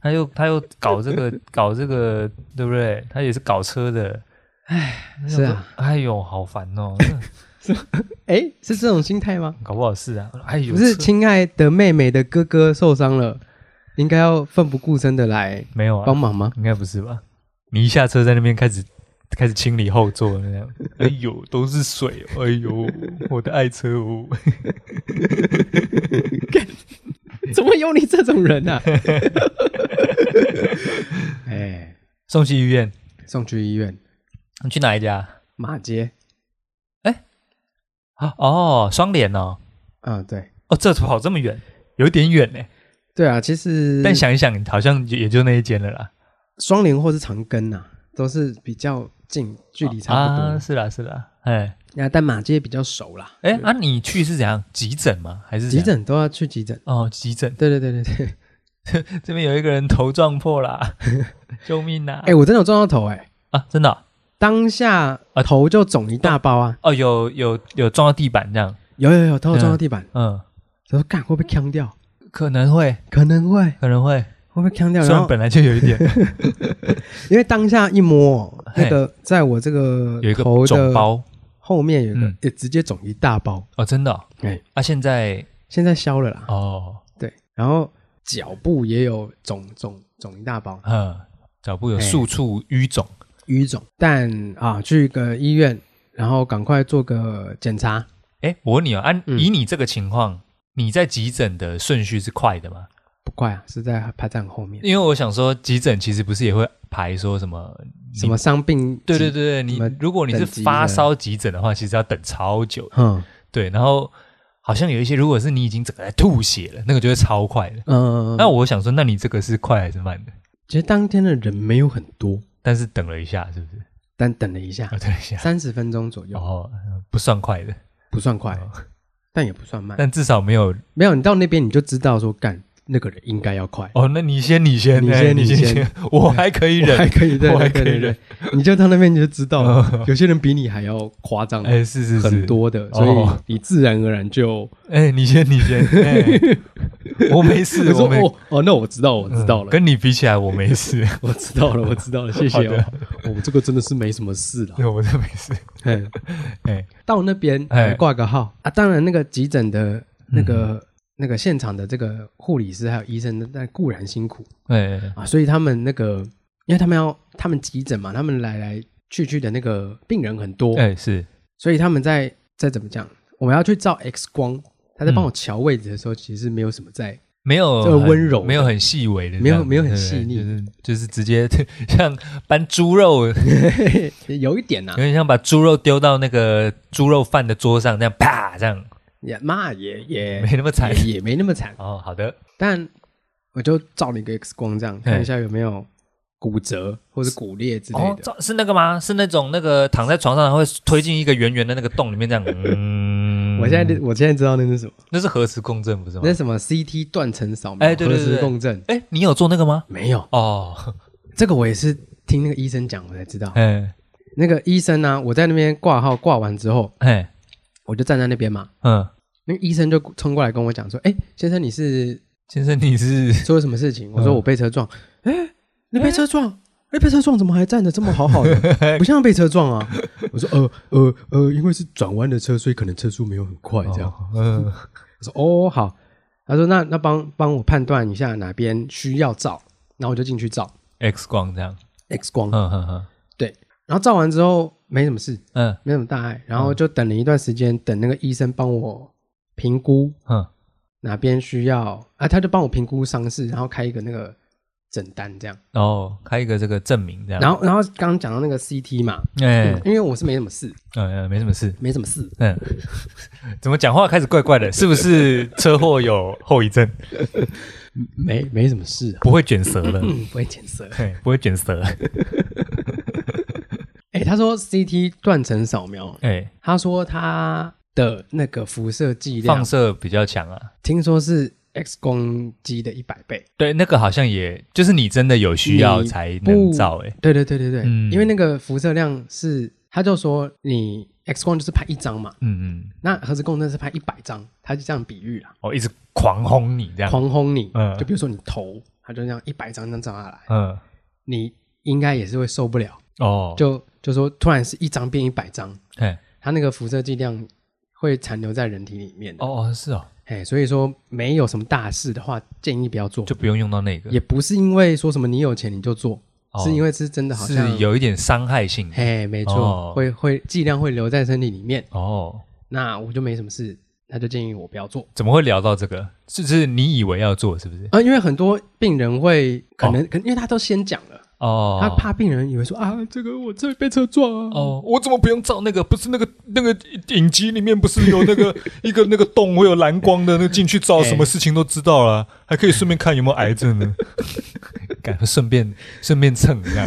[SPEAKER 1] 他又他又搞这个 [laughs] 搞这个对不对？他也是搞车的，哎，
[SPEAKER 2] 是啊，
[SPEAKER 1] 哎呦，好烦哦，
[SPEAKER 2] 哎、是这种心态吗？
[SPEAKER 1] 搞不好是啊，哎呦，
[SPEAKER 2] 不是，
[SPEAKER 1] 车
[SPEAKER 2] 亲爱的妹妹的哥哥受伤了，应该要奋不顾身的来
[SPEAKER 1] 没有啊，
[SPEAKER 2] 帮忙吗？
[SPEAKER 1] 应该不是吧？你一下车在那边开始开始清理后座那样， [laughs] 哎呦，都是水，哎 [laughs] 呦，我的爱车哦，
[SPEAKER 2] [laughs] 怎么有你这种人啊？ [laughs] 哎、
[SPEAKER 1] 送去医院。
[SPEAKER 2] 送去医院，
[SPEAKER 1] 你去哪一家？
[SPEAKER 2] 马街
[SPEAKER 1] 啊哦，双联哦，
[SPEAKER 2] 啊，对
[SPEAKER 1] 哦，这跑这么远，有点远呢。
[SPEAKER 2] 对啊，其实
[SPEAKER 1] 但想一想，好像也就那一间了啦，
[SPEAKER 2] 双联或是长庚呐、啊，都是比较近，距离差不多。
[SPEAKER 1] 啊，是啦是啦，哎
[SPEAKER 2] 那、但马街比较熟啦，
[SPEAKER 1] 哎，啊，你去是怎样？急诊吗？还是怎
[SPEAKER 2] 急
[SPEAKER 1] 样？
[SPEAKER 2] 诊都要去急诊。
[SPEAKER 1] 哦，急诊，
[SPEAKER 2] 啊
[SPEAKER 1] [laughs]
[SPEAKER 2] 对对对对对，
[SPEAKER 1] 这边有一个人头撞破 [laughs] 啦，救命啊！
[SPEAKER 2] 哎、我真的有撞到头哎、
[SPEAKER 1] 啊，真的哦
[SPEAKER 2] 当下
[SPEAKER 1] 呃
[SPEAKER 2] 头就肿一大包啊，
[SPEAKER 1] 哦，有有有撞到地板这样，
[SPEAKER 2] 有有有，头有撞到地板，
[SPEAKER 1] 嗯，
[SPEAKER 2] 他、说干会被呛掉，
[SPEAKER 1] 可能会
[SPEAKER 2] 可能会
[SPEAKER 1] 可能会，
[SPEAKER 2] 会被呛掉，
[SPEAKER 1] 虽
[SPEAKER 2] 然
[SPEAKER 1] 然
[SPEAKER 2] 后
[SPEAKER 1] 本来就有一点
[SPEAKER 2] [laughs] 因为当下一摸
[SPEAKER 1] 嘿
[SPEAKER 2] 那个，在我这个
[SPEAKER 1] 有一个
[SPEAKER 2] 头
[SPEAKER 1] 肿
[SPEAKER 2] 的
[SPEAKER 1] 包
[SPEAKER 2] 后面有一个
[SPEAKER 1] 嗯，
[SPEAKER 2] 也直接肿一大包，
[SPEAKER 1] 哦，真的哦
[SPEAKER 2] 哎，
[SPEAKER 1] 啊，现在
[SPEAKER 2] 现在消了啦，
[SPEAKER 1] 哦，
[SPEAKER 2] 对，然后脚部也有肿肿肿一大包，
[SPEAKER 1] 嗯，脚部有
[SPEAKER 2] 哎
[SPEAKER 1] 数处淤肿，
[SPEAKER 2] 淤肿，但啊去个医院，然后赶快做个检查，
[SPEAKER 1] 哎，我问你哦，啊，
[SPEAKER 2] 嗯
[SPEAKER 1] 以你这个情况，你在急诊的顺序是快的吗？
[SPEAKER 2] 不快啊，是在排站后面，
[SPEAKER 1] 因为我想说，急诊其实不是也会排说什么你
[SPEAKER 2] 什么伤病，
[SPEAKER 1] 对对，对对，你
[SPEAKER 2] 什么
[SPEAKER 1] 如果你是
[SPEAKER 2] 等级
[SPEAKER 1] 发
[SPEAKER 2] 的
[SPEAKER 1] 烧急诊的话，其实要等超久。
[SPEAKER 2] 嗯
[SPEAKER 1] 对，然后好像有一些，如果是你已经整个在吐血了，那个就会超快的。
[SPEAKER 2] 嗯，
[SPEAKER 1] 那我想说，那你这个是快还是慢的？
[SPEAKER 2] 其实当天的人没有很多，
[SPEAKER 1] 但是等了一下，是不是？
[SPEAKER 2] 但等了一下
[SPEAKER 1] 啊，，等一下，
[SPEAKER 2] 三十分钟左右，
[SPEAKER 1] 哦，不算快的，
[SPEAKER 2] 不算快，但也不算慢。
[SPEAKER 1] 但至少没有
[SPEAKER 2] 没有，你到那边你就知道说，干那个人应该要快，
[SPEAKER 1] 哦。那你先，你先，
[SPEAKER 2] 你
[SPEAKER 1] 哎
[SPEAKER 2] 先
[SPEAKER 1] 你
[SPEAKER 2] 你先
[SPEAKER 1] 先，我还可以
[SPEAKER 2] 我还
[SPEAKER 1] 忍。
[SPEAKER 2] 可以，对
[SPEAKER 1] 我还
[SPEAKER 2] 对
[SPEAKER 1] 可以
[SPEAKER 2] 对对
[SPEAKER 1] 忍
[SPEAKER 2] 对，你就到那边你就知道了，有些人比你还要夸张
[SPEAKER 1] 哎，是是是，
[SPEAKER 2] 很多的，所
[SPEAKER 1] 哦
[SPEAKER 2] 以你自然而然就
[SPEAKER 1] 哎，你先，你先，哎我没事，
[SPEAKER 2] [laughs] 我说
[SPEAKER 1] 我没，
[SPEAKER 2] 哦哦，那我知道，我知
[SPEAKER 1] 嗯
[SPEAKER 2] 道了，
[SPEAKER 1] 跟你比起来，我没事， [laughs]
[SPEAKER 2] 我知道了，我知道了，谢谢
[SPEAKER 1] 好的
[SPEAKER 2] 哦，我这个真的是没什么事了。
[SPEAKER 1] 对，我真没
[SPEAKER 2] [laughs]
[SPEAKER 1] 事。
[SPEAKER 2] 嗯
[SPEAKER 1] 哎，
[SPEAKER 2] 到那边
[SPEAKER 1] 哎
[SPEAKER 2] 呃挂个号嗯啊，当然那个急诊的那个那个现场的这个护理师还有医生，但固然辛苦，
[SPEAKER 1] 哎，哎
[SPEAKER 2] 啊，所以他们那个，因为他们要他们急诊嘛，他们来来去去的那个病人很多，
[SPEAKER 1] 哎，是，
[SPEAKER 2] 所以他们在在怎么讲，我们要去照 X 光，他在帮
[SPEAKER 1] 嗯
[SPEAKER 2] 我瞧位置的时候，其实没有什么在， [laughs]
[SPEAKER 1] 没有
[SPEAKER 2] 这个
[SPEAKER 1] 很
[SPEAKER 2] 温柔的
[SPEAKER 1] 没有很细微的这样子，
[SPEAKER 2] 没有没有很
[SPEAKER 1] 对不对
[SPEAKER 2] 细腻
[SPEAKER 1] 就是就是直接 [laughs] 像搬猪肉，有
[SPEAKER 2] 有一点呐、啊
[SPEAKER 1] 点像把猪肉丢到那个猪肉饭的桌上，这样啪，这样
[SPEAKER 2] 也妈也也
[SPEAKER 1] 没那么
[SPEAKER 2] [laughs]
[SPEAKER 1] 惨。
[SPEAKER 2] 也也没那么惨，
[SPEAKER 1] 哦，好的，
[SPEAKER 2] 但我就照了一个 X 光，这样看一下有没有骨折或是骨裂之类
[SPEAKER 1] 哦，
[SPEAKER 2] 的。
[SPEAKER 1] 这是那个吗？是那种那个躺在床上然后会推进一个圆圆的那个洞里面这样。嗯，
[SPEAKER 2] [laughs] 我现在我现在知道那是什么，
[SPEAKER 1] 那是核磁共振不是吗
[SPEAKER 2] 那？是什么 CT 断层扫描、
[SPEAKER 1] 哎对对对
[SPEAKER 2] 核
[SPEAKER 1] 对
[SPEAKER 2] 磁共振，
[SPEAKER 1] 哎，你有做那个吗？
[SPEAKER 2] 没有，
[SPEAKER 1] 哦，
[SPEAKER 2] 这个我也是听那个医生讲我才知道。
[SPEAKER 1] 哎
[SPEAKER 2] 那个医生呢、啊我在那边挂号挂完之后，
[SPEAKER 1] 哎
[SPEAKER 2] 我就站在那边嘛，
[SPEAKER 1] 嗯，
[SPEAKER 2] 那个医生就冲过来跟我讲说：“哎、先生，你是
[SPEAKER 1] 先生你是
[SPEAKER 2] 出了什么事情？”我说：“我被车撞。哎、嗯你被车撞？哎、被车撞怎么还站得这么好好 [laughs] 的？不像被车撞啊！我说：“呃呃呃，因为是转弯的车，所以可能车速没有很快。”这样，
[SPEAKER 1] 哦 [laughs] 嗯
[SPEAKER 2] 我说：“哦，好。”他说：“那那帮帮我判断一下哪边需要照。”然后我就进去照
[SPEAKER 1] X 光这样，
[SPEAKER 2] X 光，
[SPEAKER 1] 嗯嗯嗯
[SPEAKER 2] 对，然后照完之后没什么事，
[SPEAKER 1] 嗯
[SPEAKER 2] 没什么大碍，然后就等了一段时间，等那个医生帮我评估
[SPEAKER 1] 嗯
[SPEAKER 2] 哪边需要啊，他就帮我评估伤势，然后开一个那个诊单这样。
[SPEAKER 1] 然后开一个这个证明这样，
[SPEAKER 2] 然后，然后刚刚讲到那个 CT 嘛，
[SPEAKER 1] 哎
[SPEAKER 2] 嗯因为我是没什么事，
[SPEAKER 1] 呃没什么事，
[SPEAKER 2] 没什么事， [laughs]
[SPEAKER 1] 嗯，怎么讲话开始怪怪的？是不是车祸有后遗症？
[SPEAKER 2] 没没什么事、啊，
[SPEAKER 1] 不会卷舌了，
[SPEAKER 2] 嗯，不会检测。
[SPEAKER 1] 嘿不会卷舌，
[SPEAKER 2] 哎、他说 CT 断层扫描，
[SPEAKER 1] 哎，
[SPEAKER 2] 他说他的那个辐射剂
[SPEAKER 1] 放
[SPEAKER 2] 量，
[SPEAKER 1] 射比较强啊。
[SPEAKER 2] 听说是 X 光机的一百倍。
[SPEAKER 1] 对，那个好像也就是你真的有需要
[SPEAKER 2] 你
[SPEAKER 1] 才能
[SPEAKER 2] 不
[SPEAKER 1] 照哎、欸
[SPEAKER 2] 对对对对对，
[SPEAKER 1] 嗯
[SPEAKER 2] 因为那个辐射量是，他就说你 X 光就是拍一张嘛，
[SPEAKER 1] 嗯嗯，
[SPEAKER 2] 那核磁共振是拍一百张，他就这样比喻啦，
[SPEAKER 1] 哦我、一直狂轰你这样，
[SPEAKER 2] 狂轰你，
[SPEAKER 1] 嗯
[SPEAKER 2] 就比如说你头，他就这样一百张这样照下来，
[SPEAKER 1] 嗯，
[SPEAKER 2] 你应该也是会受不了，
[SPEAKER 1] 哦，
[SPEAKER 2] 就就说突然是一张变一百张，
[SPEAKER 1] 哎，
[SPEAKER 2] 它那个辐射剂量会残留在人体里面的。
[SPEAKER 1] 哦哦是哦，
[SPEAKER 2] 哎、所以说没有什么大事的话，建议不要做。
[SPEAKER 1] 就不用用到那个，
[SPEAKER 2] 也不是因为说什么你有钱你就做，
[SPEAKER 1] 哦
[SPEAKER 2] 是因为是真的好像
[SPEAKER 1] 是，有一点伤害性的
[SPEAKER 2] 嘿，没错，
[SPEAKER 1] 哦
[SPEAKER 2] 会会剂量会留在身体里面。
[SPEAKER 1] 哦。
[SPEAKER 2] 那我就没什么事，他就建议我不要做。
[SPEAKER 1] 怎么会聊到这个？就是你以为要做是不是？
[SPEAKER 2] 啊，因为很多病人会可能，可能因为他都先讲了，
[SPEAKER 1] 哦，
[SPEAKER 2] 他怕病人以为说啊，这个我这被车撞啊，
[SPEAKER 1] 哦，我怎么不用照那个？不是那个那个影集里面不是有那个 [laughs] 一个那个洞会有蓝光的，那进去照
[SPEAKER 2] 哎
[SPEAKER 1] 什么事情都知道了，还可以顺便看有没有癌症
[SPEAKER 2] [laughs]
[SPEAKER 1] 呢。 [laughs] 敢顺便顺便蹭一下，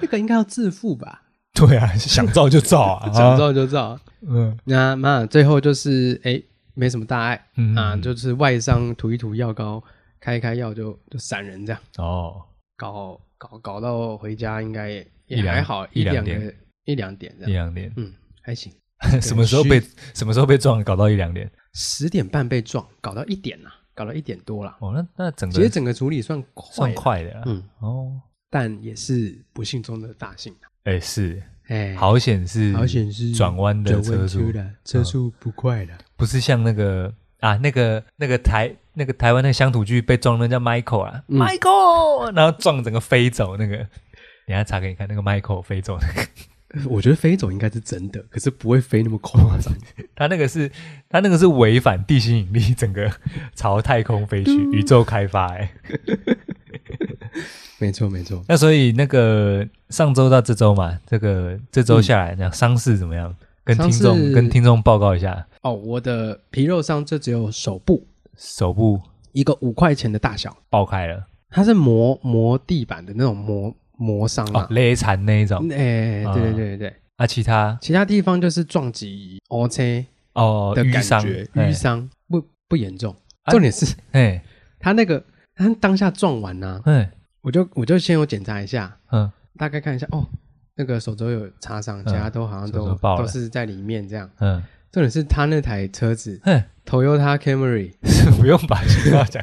[SPEAKER 2] 那个应该要自付吧， [laughs]
[SPEAKER 1] 对啊，想照就照 [laughs] 啊，
[SPEAKER 2] 想
[SPEAKER 1] 啊，
[SPEAKER 2] 照就照。
[SPEAKER 1] 嗯
[SPEAKER 2] 那嘛，最后就是哎，没什么大碍、
[SPEAKER 1] 嗯
[SPEAKER 2] 啊，就是外伤涂一涂药膏，开一开药就就闪人这样，
[SPEAKER 1] 哦，
[SPEAKER 2] 搞搞搞到回家应该也
[SPEAKER 1] 一
[SPEAKER 2] 也
[SPEAKER 1] 两
[SPEAKER 2] 还好，
[SPEAKER 1] 一
[SPEAKER 2] 一
[SPEAKER 1] 两
[SPEAKER 2] 两
[SPEAKER 1] 点
[SPEAKER 2] 个一两点这
[SPEAKER 1] 一
[SPEAKER 2] 样，
[SPEAKER 1] 两
[SPEAKER 2] [laughs]
[SPEAKER 1] 点，
[SPEAKER 2] 嗯，还行。
[SPEAKER 1] 什么时候被什么时候被撞搞到一两点？
[SPEAKER 2] 十点半被撞，搞到一点啦、搞到一点多啦。
[SPEAKER 1] 哦，那那整
[SPEAKER 2] 其实
[SPEAKER 1] 个
[SPEAKER 2] 整个处理算快
[SPEAKER 1] 算
[SPEAKER 2] 啦，
[SPEAKER 1] 快的啊，
[SPEAKER 2] 嗯，
[SPEAKER 1] 哦，
[SPEAKER 2] 但也是不幸中的大幸啦
[SPEAKER 1] 哎是，
[SPEAKER 2] 哎，
[SPEAKER 1] 好险是
[SPEAKER 2] 好险是
[SPEAKER 1] 转弯的
[SPEAKER 2] 转
[SPEAKER 1] 车
[SPEAKER 2] 弯
[SPEAKER 1] 速，嗯
[SPEAKER 2] 的车速不快了。
[SPEAKER 1] 不是像那个啊，那个那个台那个台湾那个乡土剧被撞那叫 Michael 啊、
[SPEAKER 2] 嗯
[SPEAKER 1] m i c h a e l 然后撞整个飞走那个，等一下查给你看，那个 Michael 飞走那个，[laughs]
[SPEAKER 2] [laughs] 我觉得飞走应该是真的，可是不会飞那么夸
[SPEAKER 1] 哦
[SPEAKER 2] 张。
[SPEAKER 1] 他那个是他那个是违反地心引力，整个朝太空飞去，宇宙开发哎、
[SPEAKER 2] [laughs] 没错，没错。
[SPEAKER 1] 那所以那个上周到这周嘛，这个这周下来，那、伤势怎么样？跟听
[SPEAKER 2] 伤势
[SPEAKER 1] 众跟听众报告一下，
[SPEAKER 2] 哦，我的皮肉伤这只有手部
[SPEAKER 1] 手部
[SPEAKER 2] 一个五块钱的大小，
[SPEAKER 1] 爆开了
[SPEAKER 2] 它是磨磨地板的那种磨磨伤
[SPEAKER 1] 哦
[SPEAKER 2] 啊，。
[SPEAKER 1] 勒残那一种
[SPEAKER 2] 哎、
[SPEAKER 1] 啊
[SPEAKER 2] 对对对对对，
[SPEAKER 1] 啊，其他
[SPEAKER 2] 其他地方就是撞击 O C
[SPEAKER 1] 哦
[SPEAKER 2] 的
[SPEAKER 1] 淤
[SPEAKER 2] 感
[SPEAKER 1] 伤
[SPEAKER 2] 觉，
[SPEAKER 1] 哎
[SPEAKER 2] 淤伤不不严重，
[SPEAKER 1] 啊
[SPEAKER 2] 重点是
[SPEAKER 1] 哎
[SPEAKER 2] 他那个他当下撞完呢、
[SPEAKER 1] 哎
[SPEAKER 2] 我就我就先有检查一下，
[SPEAKER 1] 嗯。
[SPEAKER 2] 大概看一下哦，那个手肘有擦伤，其他都好像
[SPEAKER 1] 手
[SPEAKER 2] 都、
[SPEAKER 1] 肘爆了
[SPEAKER 2] 都是在里面这样。
[SPEAKER 1] 嗯，
[SPEAKER 2] 重点是他那台车子
[SPEAKER 1] 哼，
[SPEAKER 2] Toyota Camry
[SPEAKER 1] [laughs] 不用把情况讲。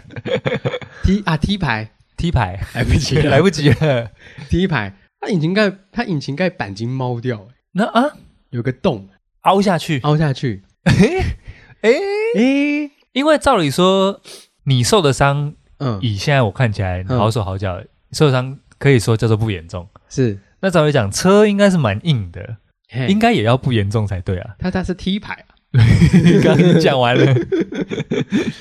[SPEAKER 2] T 啊 T 牌
[SPEAKER 1] 踢牌
[SPEAKER 2] 来不及了
[SPEAKER 1] [laughs] 来不及了。
[SPEAKER 2] [laughs] 第一排，它引擎盖它引擎盖钣金猫掉、欸
[SPEAKER 1] 那啊，
[SPEAKER 2] 有个洞
[SPEAKER 1] 凹下去。
[SPEAKER 2] 凹下去。
[SPEAKER 1] 哎，
[SPEAKER 2] 诶、
[SPEAKER 1] 因为照理说，你受的伤，
[SPEAKER 2] 嗯，
[SPEAKER 1] 以现在我看起来
[SPEAKER 2] 嗯
[SPEAKER 1] 好手好脚，受伤可以说叫做不严重。
[SPEAKER 2] 是，
[SPEAKER 1] 那照理讲，车应该是蛮硬的，
[SPEAKER 2] 嘿。
[SPEAKER 1] 应该也要不严重才对啊 [laughs]
[SPEAKER 2] 它它是 T 牌、啊，
[SPEAKER 1] 你刚刚讲完
[SPEAKER 2] [laughs]
[SPEAKER 1] 了，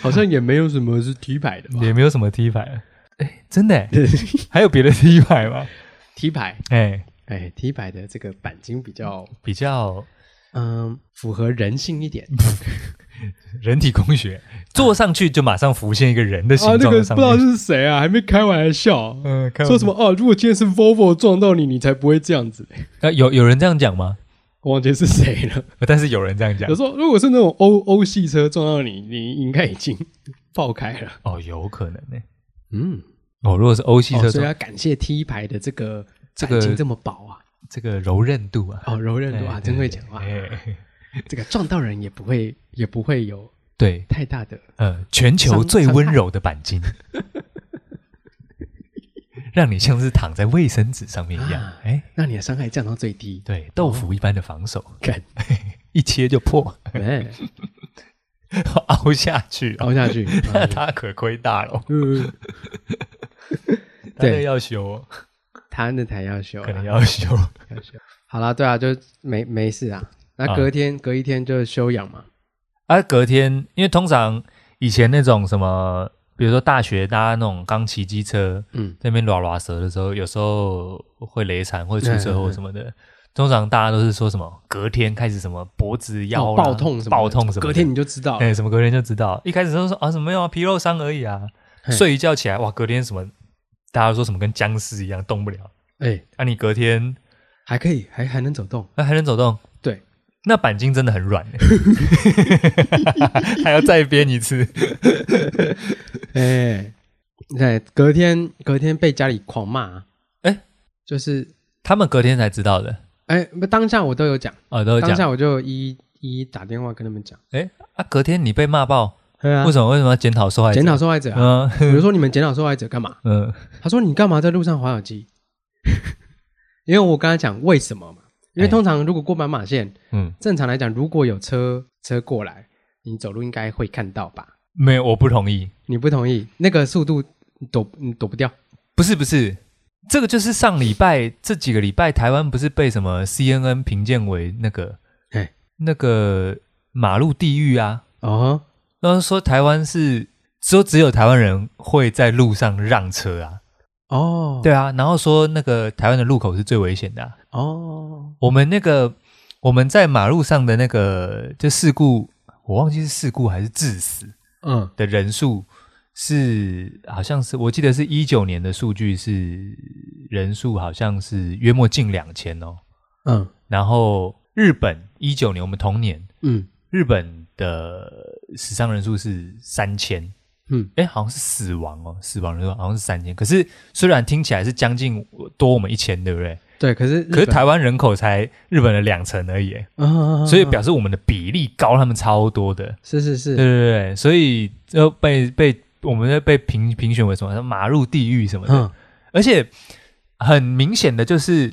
[SPEAKER 2] 好像也没有什么是 T 牌的吧
[SPEAKER 1] 也没有什么踢牌。哎，真
[SPEAKER 2] [laughs]
[SPEAKER 1] 的欸，还有别的踢牌吗？
[SPEAKER 2] ？T 牌，
[SPEAKER 1] 哎，
[SPEAKER 2] 哎、t 牌的这个钣金比较
[SPEAKER 1] 比较
[SPEAKER 2] 嗯符合人性一点。
[SPEAKER 1] 人体工学， [laughs] 坐上去就马上浮现一个人的形
[SPEAKER 2] 啊
[SPEAKER 1] 状在上面。
[SPEAKER 2] 是谁啊，还没开玩笑。
[SPEAKER 1] 嗯，看
[SPEAKER 2] 么哦？如果今天是 Volvo 撞到你，你才不会这样子。
[SPEAKER 1] 呃，有有人这样讲吗？
[SPEAKER 2] 我忘记是谁了。
[SPEAKER 1] 呃但是有人这样讲
[SPEAKER 2] 有时候如果是那种欧欧系车撞到你，你应该已经爆开了。
[SPEAKER 1] 哦，有可能呢、
[SPEAKER 2] 嗯，
[SPEAKER 1] 哦，如果是欧系车
[SPEAKER 2] 哦，所以
[SPEAKER 1] 种，
[SPEAKER 2] 要感谢 T 牌的这个
[SPEAKER 1] 这个
[SPEAKER 2] 钣金这么薄啊，
[SPEAKER 1] 这个柔韧度啊，
[SPEAKER 2] 哦，柔韧度
[SPEAKER 1] 哎
[SPEAKER 2] 啊，
[SPEAKER 1] 对
[SPEAKER 2] 真会讲话。
[SPEAKER 1] 哎，
[SPEAKER 2] 这个撞到人也不会，也不会有
[SPEAKER 1] 对，
[SPEAKER 2] 太大的。
[SPEAKER 1] 呃，全球
[SPEAKER 2] 伤
[SPEAKER 1] 最
[SPEAKER 2] 伤
[SPEAKER 1] 温
[SPEAKER 2] 害
[SPEAKER 1] 柔的钣
[SPEAKER 2] [laughs]
[SPEAKER 1] 金，让你像是躺在卫生纸上面一样
[SPEAKER 2] 啊，
[SPEAKER 1] 哎、
[SPEAKER 2] 让你的伤害降到最低。
[SPEAKER 1] 对，豆腐一般的防守， [laughs]
[SPEAKER 2] 干，
[SPEAKER 1] 一切就破， [laughs]
[SPEAKER 2] 哎，
[SPEAKER 1] 凹下去、哦，
[SPEAKER 2] 凹
[SPEAKER 1] [laughs]
[SPEAKER 2] 下去。
[SPEAKER 1] 那
[SPEAKER 2] 啊
[SPEAKER 1] 他可亏大了，
[SPEAKER 2] 嗯，
[SPEAKER 1] 他那
[SPEAKER 2] 对
[SPEAKER 1] 要修、哦，
[SPEAKER 2] 他那台要修啊，
[SPEAKER 1] 可能要修， [laughs]
[SPEAKER 2] 要修。好啦，对啊，就没没事啊。那隔天、隔一天就休养嘛。
[SPEAKER 1] 啊、啊，隔天因为通常以前那种什么，比如说大学大家那种刚骑机车，
[SPEAKER 2] 嗯，
[SPEAKER 1] 那边拉拉蛇的时候，有时候会雷惨，会出车
[SPEAKER 2] 嗯嗯
[SPEAKER 1] 祸
[SPEAKER 2] 嗯
[SPEAKER 1] 什么的。通常大家都是说什么隔天开始什么脖子腰
[SPEAKER 2] 哦
[SPEAKER 1] 啦、
[SPEAKER 2] 爆痛什么的
[SPEAKER 1] 爆痛什么的，
[SPEAKER 2] 隔天你就知道
[SPEAKER 1] 哎、
[SPEAKER 2] 了，
[SPEAKER 1] 什么隔天就知道，一开始都说啊什么没有啊，皮肉伤而已啊。
[SPEAKER 2] 嘿
[SPEAKER 1] 睡一觉起来，哇，隔天什么，大家说什么跟僵尸一样动不了。
[SPEAKER 2] 哎，
[SPEAKER 1] 啊，你隔天
[SPEAKER 2] 还可以，还还能走动，
[SPEAKER 1] 啊还能走动，
[SPEAKER 2] 对，
[SPEAKER 1] 那板筋真的很软、 [laughs] 欸，还要再编一次。
[SPEAKER 2] 哎，对，隔天隔天被家里狂骂，啊
[SPEAKER 1] 哎，
[SPEAKER 2] 就是
[SPEAKER 1] 他们隔天才知道的，
[SPEAKER 2] 哎，不当下我都有讲，
[SPEAKER 1] 哦，都有
[SPEAKER 2] 当
[SPEAKER 1] 讲。
[SPEAKER 2] 下我就一一打电话跟他们讲，
[SPEAKER 1] 哎、啊，隔天你被骂爆，
[SPEAKER 2] 对啊
[SPEAKER 1] 为，什么为什么要检讨受害者？
[SPEAKER 2] 检讨受害者啊，
[SPEAKER 1] 嗯
[SPEAKER 2] 我就说你们检讨受害者干嘛？
[SPEAKER 1] 嗯
[SPEAKER 2] 他说：“你干嘛在路上滑手机？” [laughs] 因为我刚才讲为什么嘛，因为
[SPEAKER 1] 哎
[SPEAKER 2] 通常如果过斑马线，
[SPEAKER 1] 嗯，
[SPEAKER 2] 正常来讲，如果有车车过来，你走路应该会看到吧？
[SPEAKER 1] 没有，我不同意。
[SPEAKER 2] 你不同意？那个速度你躲你躲不掉。
[SPEAKER 1] 不是不是，这个就是上礼拜这几个礼拜，台湾不是被什么 CNN 评鉴为那个
[SPEAKER 2] 哎
[SPEAKER 1] 那个马路地狱啊？
[SPEAKER 2] 哦，
[SPEAKER 1] 然后说台湾是说只有台湾人会在路上让车啊，
[SPEAKER 2] 哦，
[SPEAKER 1] 对啊，然后说那个台湾的路口是最危险的啊、
[SPEAKER 2] 哦，
[SPEAKER 1] 我们那个我们在马路上的那个就事故，我忘记是事故还是致死
[SPEAKER 2] 嗯，
[SPEAKER 1] 的人数是好像是我记得是一九年的数据是人数好像是约莫近两千哦。
[SPEAKER 2] 嗯
[SPEAKER 1] 然后日本一九年我们同年，
[SPEAKER 2] 嗯
[SPEAKER 1] 日本的死伤人数是三千。
[SPEAKER 2] 嗯，
[SPEAKER 1] 哎，好像是死亡哦，死亡人数好像是三千。可是虽然听起来是将近多我们一千，对不对？
[SPEAKER 2] 对。可是
[SPEAKER 1] 可是
[SPEAKER 2] 日本
[SPEAKER 1] 台湾人口才日本的两成而已，诶
[SPEAKER 2] 嗯嗯嗯嗯
[SPEAKER 1] 所以表示我们的比例高他们超多的。
[SPEAKER 2] 是是
[SPEAKER 1] 对
[SPEAKER 2] 是，
[SPEAKER 1] 对对对，所以就被被我们被评评选为什么马路地狱什么的，
[SPEAKER 2] 嗯
[SPEAKER 1] 而且很明显的就是，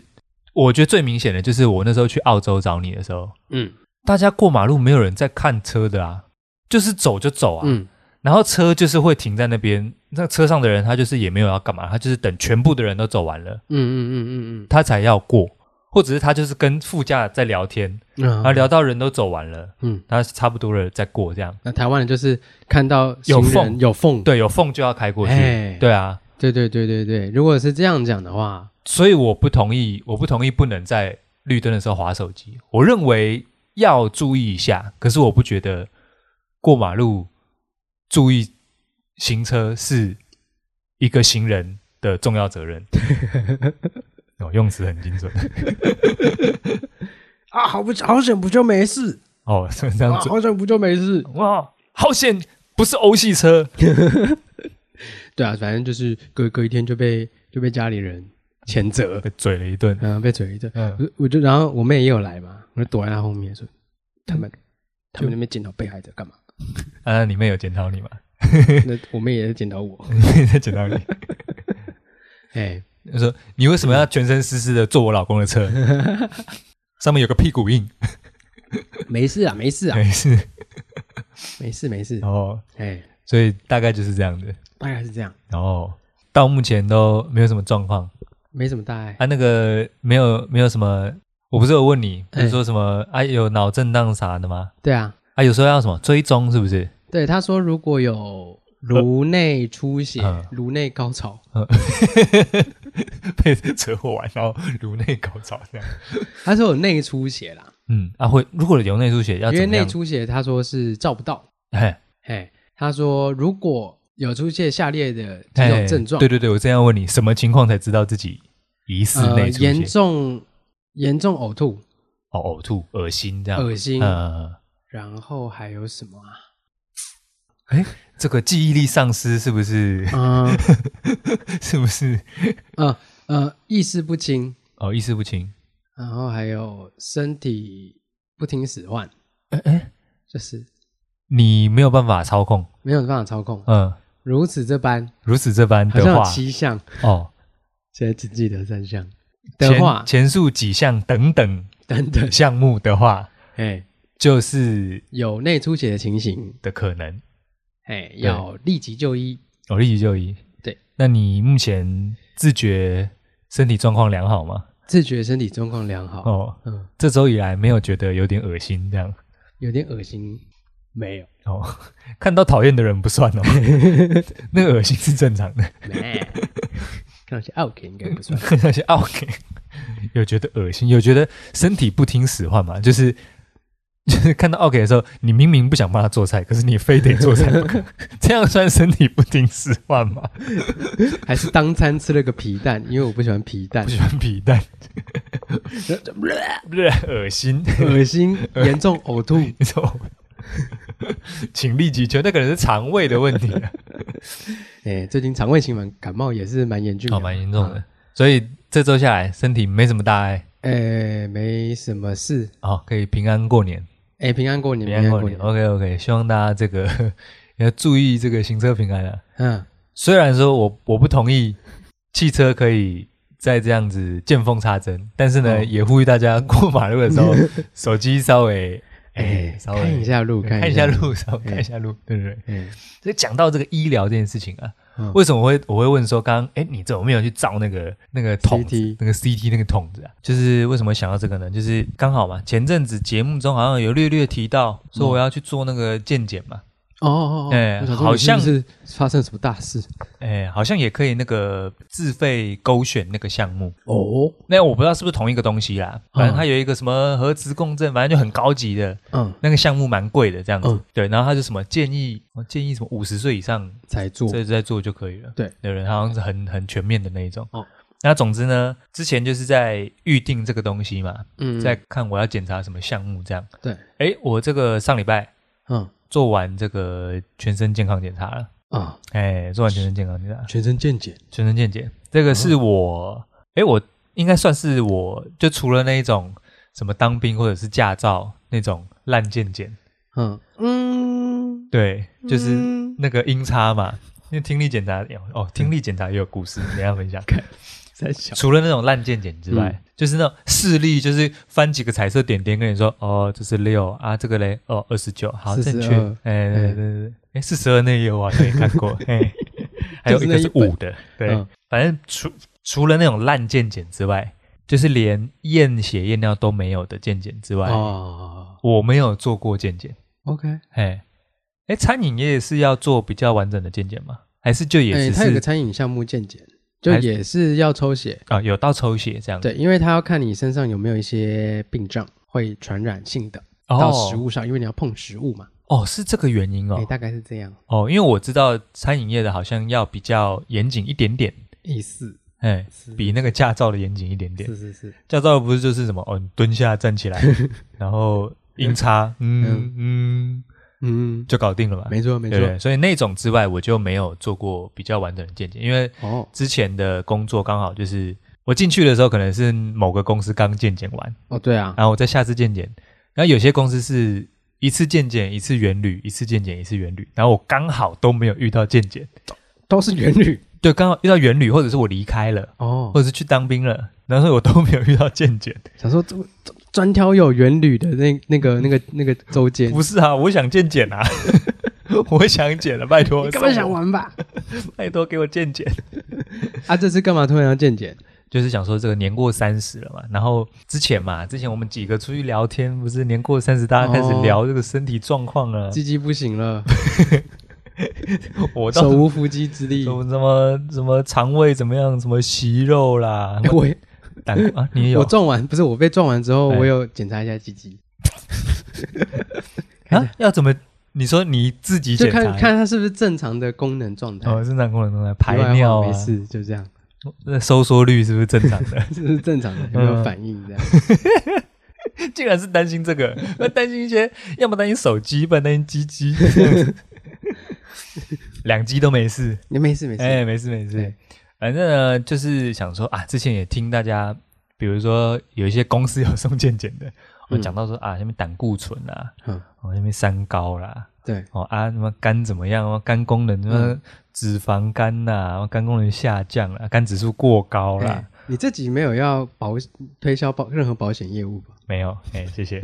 [SPEAKER 1] 我觉得最明显的就是我那时候去澳洲找你的时候，
[SPEAKER 2] 嗯
[SPEAKER 1] 大家过马路没有人在看车的啊，就是走就走啊，
[SPEAKER 2] 嗯，
[SPEAKER 1] 然后车就是会停在那边，那车上的人他就是也没有要干嘛，他就是等全部的人都走完了，
[SPEAKER 2] 嗯嗯嗯嗯
[SPEAKER 1] 他才要过，或者是他就是跟副驾在聊天，
[SPEAKER 2] 嗯，
[SPEAKER 1] 然
[SPEAKER 2] 嗯
[SPEAKER 1] 后聊到人都走完了，
[SPEAKER 2] 嗯，
[SPEAKER 1] 他差不多了再过这样。
[SPEAKER 2] 那台湾人就是看到
[SPEAKER 1] 有
[SPEAKER 2] 行人
[SPEAKER 1] 缝
[SPEAKER 2] 有缝，
[SPEAKER 1] 对，有缝就要开过去。
[SPEAKER 2] 哎
[SPEAKER 1] 对啊，
[SPEAKER 2] 对对对对对，如果是这样讲的话，
[SPEAKER 1] 所以我不同意，我不同意不能在绿灯的时候划手机。我认为要注意一下，可是我不觉得过马路注意行车是一个行人的重要责任。哦，用词很精准。
[SPEAKER 2] 啊，好不好险不就没事，啊
[SPEAKER 1] 哦，是这样子。
[SPEAKER 2] 好险不就没事。
[SPEAKER 1] 哇，好险！不是欧系车，
[SPEAKER 2] 对啊，反正就是隔隔一天就被就被家里人谴责，
[SPEAKER 1] 被嘴了一顿。
[SPEAKER 2] 然后被嘴一顿。
[SPEAKER 1] 嗯
[SPEAKER 2] 我，就我就然后我妹也有来嘛，我就躲在她后面说，他们他们那边检讨被害者干嘛？
[SPEAKER 1] 啊，你妹有检讨你吗？ [laughs]
[SPEAKER 2] [laughs] 那我妹也是检讨我，
[SPEAKER 1] 你妹在检讨你。
[SPEAKER 2] 哎，
[SPEAKER 1] 他说：“你为什么要全身湿湿的坐我老公的车？上面有个屁股印。
[SPEAKER 2] 没事啊，没事
[SPEAKER 1] [laughs]
[SPEAKER 2] 啊，
[SPEAKER 1] 没事。
[SPEAKER 2] 没事没事
[SPEAKER 1] 然，后，
[SPEAKER 2] 哎，
[SPEAKER 1] 所以大概就是这样的。
[SPEAKER 2] 大概是这样，
[SPEAKER 1] 然后到目前都没有什么状况
[SPEAKER 2] 没什么大碍。
[SPEAKER 1] 啊。那个没有没有什么，我不是有问
[SPEAKER 2] 嗯
[SPEAKER 1] 你，不是说什么、啊有脑震荡啥的吗？
[SPEAKER 2] 对啊，
[SPEAKER 1] 啊，有时候要什么追踪是不是？
[SPEAKER 2] 对他说如果有颅内出血
[SPEAKER 1] 嗯、
[SPEAKER 2] 颅内高潮，
[SPEAKER 1] [laughs] 被车祸完然后颅内高潮这样。
[SPEAKER 2] 他说有内出血啦，
[SPEAKER 1] 嗯，啊会如果有内出血要
[SPEAKER 2] 因
[SPEAKER 1] 怎
[SPEAKER 2] 为
[SPEAKER 1] 么
[SPEAKER 2] 内
[SPEAKER 1] 样？
[SPEAKER 2] 出血他说是照不到。
[SPEAKER 1] 嘿
[SPEAKER 2] 哎，他说如果有出现下列的几
[SPEAKER 1] 嘿
[SPEAKER 2] 种症状，
[SPEAKER 1] 对对对，我正要问你什么情况才知道自己疑似内
[SPEAKER 2] 呃，
[SPEAKER 1] 出血？
[SPEAKER 2] 严重严重呕吐、
[SPEAKER 1] 哦，呕吐、恶心这样。
[SPEAKER 2] 恶心，
[SPEAKER 1] 嗯，
[SPEAKER 2] 然后还有什么啊？ [laughs]
[SPEAKER 1] 这个记忆力丧失是不是？
[SPEAKER 2] 嗯 [laughs]
[SPEAKER 1] 是不是？
[SPEAKER 2] 呃呃，意识不清，
[SPEAKER 1] 哦，意识不清。
[SPEAKER 2] 然后还有身体不听使唤，就是
[SPEAKER 1] 你没有办法操控，
[SPEAKER 2] 没有办法操控。
[SPEAKER 1] 嗯，
[SPEAKER 2] 如此这般，
[SPEAKER 1] 如此这般
[SPEAKER 2] 好像
[SPEAKER 1] 的
[SPEAKER 2] 有
[SPEAKER 1] 话，
[SPEAKER 2] 七项，
[SPEAKER 1] 哦，
[SPEAKER 2] 现在只记得三项的
[SPEAKER 1] 前
[SPEAKER 2] 话，
[SPEAKER 1] 前述几项等等
[SPEAKER 2] 等等，
[SPEAKER 1] 项目的话，
[SPEAKER 2] 哎，
[SPEAKER 1] 就是
[SPEAKER 2] 有内出血的情形，
[SPEAKER 1] 的可能，
[SPEAKER 2] 哎，要立即就医。
[SPEAKER 1] 哦，立即就医。
[SPEAKER 2] 对，
[SPEAKER 1] 那你目前自觉身体状况良好吗？
[SPEAKER 2] 自觉身体状况良好，
[SPEAKER 1] 哦，
[SPEAKER 2] 嗯，
[SPEAKER 1] 这周以来没有觉得有点恶心这样，
[SPEAKER 2] 有点恶心，没有，
[SPEAKER 1] 哦， [laughs] 看到讨厌的人不算
[SPEAKER 2] [laughs]
[SPEAKER 1] 哦，那个恶心是正常的。
[SPEAKER 2] 没有。看上去啊 OK 应该不算。 [laughs]
[SPEAKER 1] 看 [laughs] 那些啊 OK，有觉得恶心，有觉得身体不听使唤嘛？就是 [laughs] 就是看到 OK 的时候，你明明不想帮他做菜，可是你非得做菜不可， [laughs] 这样算身体不听使唤吗？
[SPEAKER 2] 还是当餐吃了个皮蛋，因为我不喜欢皮蛋
[SPEAKER 1] 不，喜欢皮蛋，不是恶心。
[SPEAKER 2] [laughs]
[SPEAKER 1] [laughs]
[SPEAKER 2] 恶心，严重呕吐。
[SPEAKER 1] 你知道吗请立即求，那可能是肠胃的问题、啊，
[SPEAKER 2] 哎、最近肠胃型蛮感冒也是蛮严峻
[SPEAKER 1] [laughs]
[SPEAKER 2] 的，
[SPEAKER 1] 哦，蛮严重的。所以这周下来，身体没什么大碍，
[SPEAKER 2] 哎、没什么事。
[SPEAKER 1] 哦，可以平安过年。
[SPEAKER 2] 哎、平安过年，
[SPEAKER 1] 平安过
[SPEAKER 2] 年
[SPEAKER 1] 年。。OK 哦 OK，希望大家这个 [laughs] 要注意这个行车平安啊。
[SPEAKER 2] 嗯，
[SPEAKER 1] 虽然说我我不同意汽车可以再这样子见缝插针，但是呢，
[SPEAKER 2] 哦
[SPEAKER 1] 也呼吁大家过马路的
[SPEAKER 2] [laughs]
[SPEAKER 1] 时候，手机稍微哎、
[SPEAKER 2] 哎、
[SPEAKER 1] 稍微
[SPEAKER 2] 看一下路，
[SPEAKER 1] 看
[SPEAKER 2] 一
[SPEAKER 1] 一
[SPEAKER 2] 下
[SPEAKER 1] 下。路，稍微看一下路，对不对？
[SPEAKER 2] 哎、
[SPEAKER 1] 所以讲到这个医疗这件事情啊，
[SPEAKER 2] 嗯
[SPEAKER 1] 为什么我会我会问说刚刚哎你怎么没有去照那个那个筒子
[SPEAKER 2] CT
[SPEAKER 1] 那个 CT 那个筒子啊？就是为什么想到这个呢？就是刚好嘛，前阵子节目中好像有略略提到说
[SPEAKER 2] 嗯
[SPEAKER 1] 我要去做那个健检嘛，
[SPEAKER 2] 哦哦哦，
[SPEAKER 1] 哎
[SPEAKER 2] 我想说
[SPEAKER 1] 好
[SPEAKER 2] 你是不
[SPEAKER 1] 像
[SPEAKER 2] 是发生什么大事
[SPEAKER 1] 哎、好像也可以那个自费勾选那个项目。
[SPEAKER 2] 哦。
[SPEAKER 1] 那我不知道是不是同一个东西啦，反正它有一个什么核磁共振，反正就很高级的
[SPEAKER 2] 嗯，
[SPEAKER 1] 那个项目，蛮贵的这样子。
[SPEAKER 2] 嗯
[SPEAKER 1] 对，然后它就什么建议，我建议什么五十岁以上
[SPEAKER 2] 才做。
[SPEAKER 1] 在在做就可以了。
[SPEAKER 2] 哦对
[SPEAKER 1] 对不对？好像是很很全面的那一种。
[SPEAKER 2] 哦
[SPEAKER 1] 那总之呢，之前就是在预定这个东西嘛，
[SPEAKER 2] 嗯，
[SPEAKER 1] 在看我要检查什么项目这样。
[SPEAKER 2] 对，
[SPEAKER 1] 诶，我这个上礼拜
[SPEAKER 2] 嗯
[SPEAKER 1] 做完这个全身健康检查了，
[SPEAKER 2] 啊，
[SPEAKER 1] 哎，做完全身健康检查，
[SPEAKER 2] 全身健检。
[SPEAKER 1] 全身健检，这个是我，诶，我应该算是我就除了那一种什么当兵或者是驾照那种烂健检，
[SPEAKER 2] 嗯嗯，
[SPEAKER 1] 对，就是
[SPEAKER 2] 嗯
[SPEAKER 1] 那个音差嘛，因为听力检查哦，听力检查也有故事，等一下分享。
[SPEAKER 2] 在小
[SPEAKER 1] 除了那种烂见检之外，
[SPEAKER 2] 嗯
[SPEAKER 1] 就是那种视力，就是翻几个彩色点点跟你说，哦，这是六啊，这个嘞，哦，二十九，好，
[SPEAKER 2] 42
[SPEAKER 1] 正确，哎，对对对，哎，四十二那也有啊，没看过，哎，还有一个是五的，对，
[SPEAKER 2] 嗯
[SPEAKER 1] 反正除除了那种烂见检之外，就是连验血验尿都没有的见检之外，
[SPEAKER 2] 哦
[SPEAKER 1] 我没有做过见检，
[SPEAKER 2] ，OK，
[SPEAKER 1] 哎，哎，餐饮业是要做比较完整的见检吗？还是就也
[SPEAKER 2] 哎，
[SPEAKER 1] 只
[SPEAKER 2] 他有个
[SPEAKER 1] 是
[SPEAKER 2] 餐饮项目健检，就
[SPEAKER 1] 还
[SPEAKER 2] 也是要抽血，
[SPEAKER 1] 啊、有到抽血这样？
[SPEAKER 2] 对，因为他要看你身上有没有一些病症会传染性的
[SPEAKER 1] 哦，
[SPEAKER 2] 到食物上，因为你要碰食物嘛，
[SPEAKER 1] 哦，是这个原因哦。
[SPEAKER 2] 哎，大概是这样，
[SPEAKER 1] 哦，因为我知道餐饮业的好像要比较严谨一点点，
[SPEAKER 2] 意思
[SPEAKER 1] 哎，
[SPEAKER 2] 是
[SPEAKER 1] 比那个驾照的严谨一点点
[SPEAKER 2] 是。是是，
[SPEAKER 1] 驾照不是就是什么哦，你蹲下站
[SPEAKER 2] [laughs]
[SPEAKER 1] 起来，然后音叉，嗯嗯，
[SPEAKER 2] 嗯，
[SPEAKER 1] 就搞定了嘛。
[SPEAKER 2] 没错没
[SPEAKER 1] 对
[SPEAKER 2] 错
[SPEAKER 1] 不，啊对，所以那种之外，我就没有做过比较完整的见解，因为
[SPEAKER 2] 哦，
[SPEAKER 1] 之前的工作刚好就是我进去的时候，可能是某个公司刚见检完，
[SPEAKER 2] 哦对啊，
[SPEAKER 1] 然后我再下次见检，然后有些公司是一次见检一次远旅，一次见检一次远旅，然后我刚好都没有遇到见检。
[SPEAKER 2] 都是原旅
[SPEAKER 1] [laughs] 对，刚好遇到远旅，或者是我离开了，
[SPEAKER 2] 哦
[SPEAKER 1] 或，者是去当兵了，然后所以我都没有遇到健
[SPEAKER 2] [laughs]
[SPEAKER 1] 检。
[SPEAKER 2] 想说专专挑有原旅的那那个那个那个周间，
[SPEAKER 1] 不是啊，我想健检啊， [laughs] 我想检了，拜托，
[SPEAKER 2] 你干嘛想
[SPEAKER 1] 送我？
[SPEAKER 2] 玩吧？
[SPEAKER 1] 拜托给我健检。
[SPEAKER 2] 啊，这次干嘛突然要健检？
[SPEAKER 1] 就是想说这个年过三十了嘛，然后之前嘛，之前我们几个出去聊天，不是年过三十大家开始
[SPEAKER 2] 哦
[SPEAKER 1] 聊这个身体状况啊了。
[SPEAKER 2] 鸡鸡不行了，
[SPEAKER 1] 我到
[SPEAKER 2] 手无缚鸡之力
[SPEAKER 1] 什。么什么什么肠胃怎么样，什么息肉啦，
[SPEAKER 2] 哎我也
[SPEAKER 1] 胆固啊，你也有
[SPEAKER 2] 我撞完不是我被撞完之后，
[SPEAKER 1] 哎
[SPEAKER 2] 我有检查一下鸡鸡，
[SPEAKER 1] 啊？要怎么？你说你自己
[SPEAKER 2] 就
[SPEAKER 1] 检查
[SPEAKER 2] 看看它是不是正常的功能状态。
[SPEAKER 1] 哦，正常功能中来排
[SPEAKER 2] 意外的话
[SPEAKER 1] 尿啊
[SPEAKER 2] 没，事，就这样， [laughs]
[SPEAKER 1] 那收缩率是不是正常的？ [laughs]
[SPEAKER 2] 这是正常的，有没有
[SPEAKER 1] 嗯
[SPEAKER 2] 反应这样？
[SPEAKER 1] 竟然是担心这个，那担心一些，要么担心手机，不然担心鸡鸡， [laughs] 两鸡都没事。
[SPEAKER 2] 你没事没事，
[SPEAKER 1] 哎，没事没事
[SPEAKER 2] 对，
[SPEAKER 1] 反正呢，就是想说啊，之前也听大家，比如说有一些公司有送健检的，我
[SPEAKER 2] 嗯
[SPEAKER 1] 讲到说啊，下面胆固醇啊，
[SPEAKER 2] 嗯
[SPEAKER 1] 哦，下面三高啦，
[SPEAKER 2] 对，
[SPEAKER 1] 哦啊，什么肝怎么样？什么肝功能什么
[SPEAKER 2] 嗯
[SPEAKER 1] 脂肪肝呐、然后肝功能下降啦，肝指数过高啦。
[SPEAKER 2] 哎你自己没有要保推销保任何保险业务吧？
[SPEAKER 1] 没有，哎、谢谢。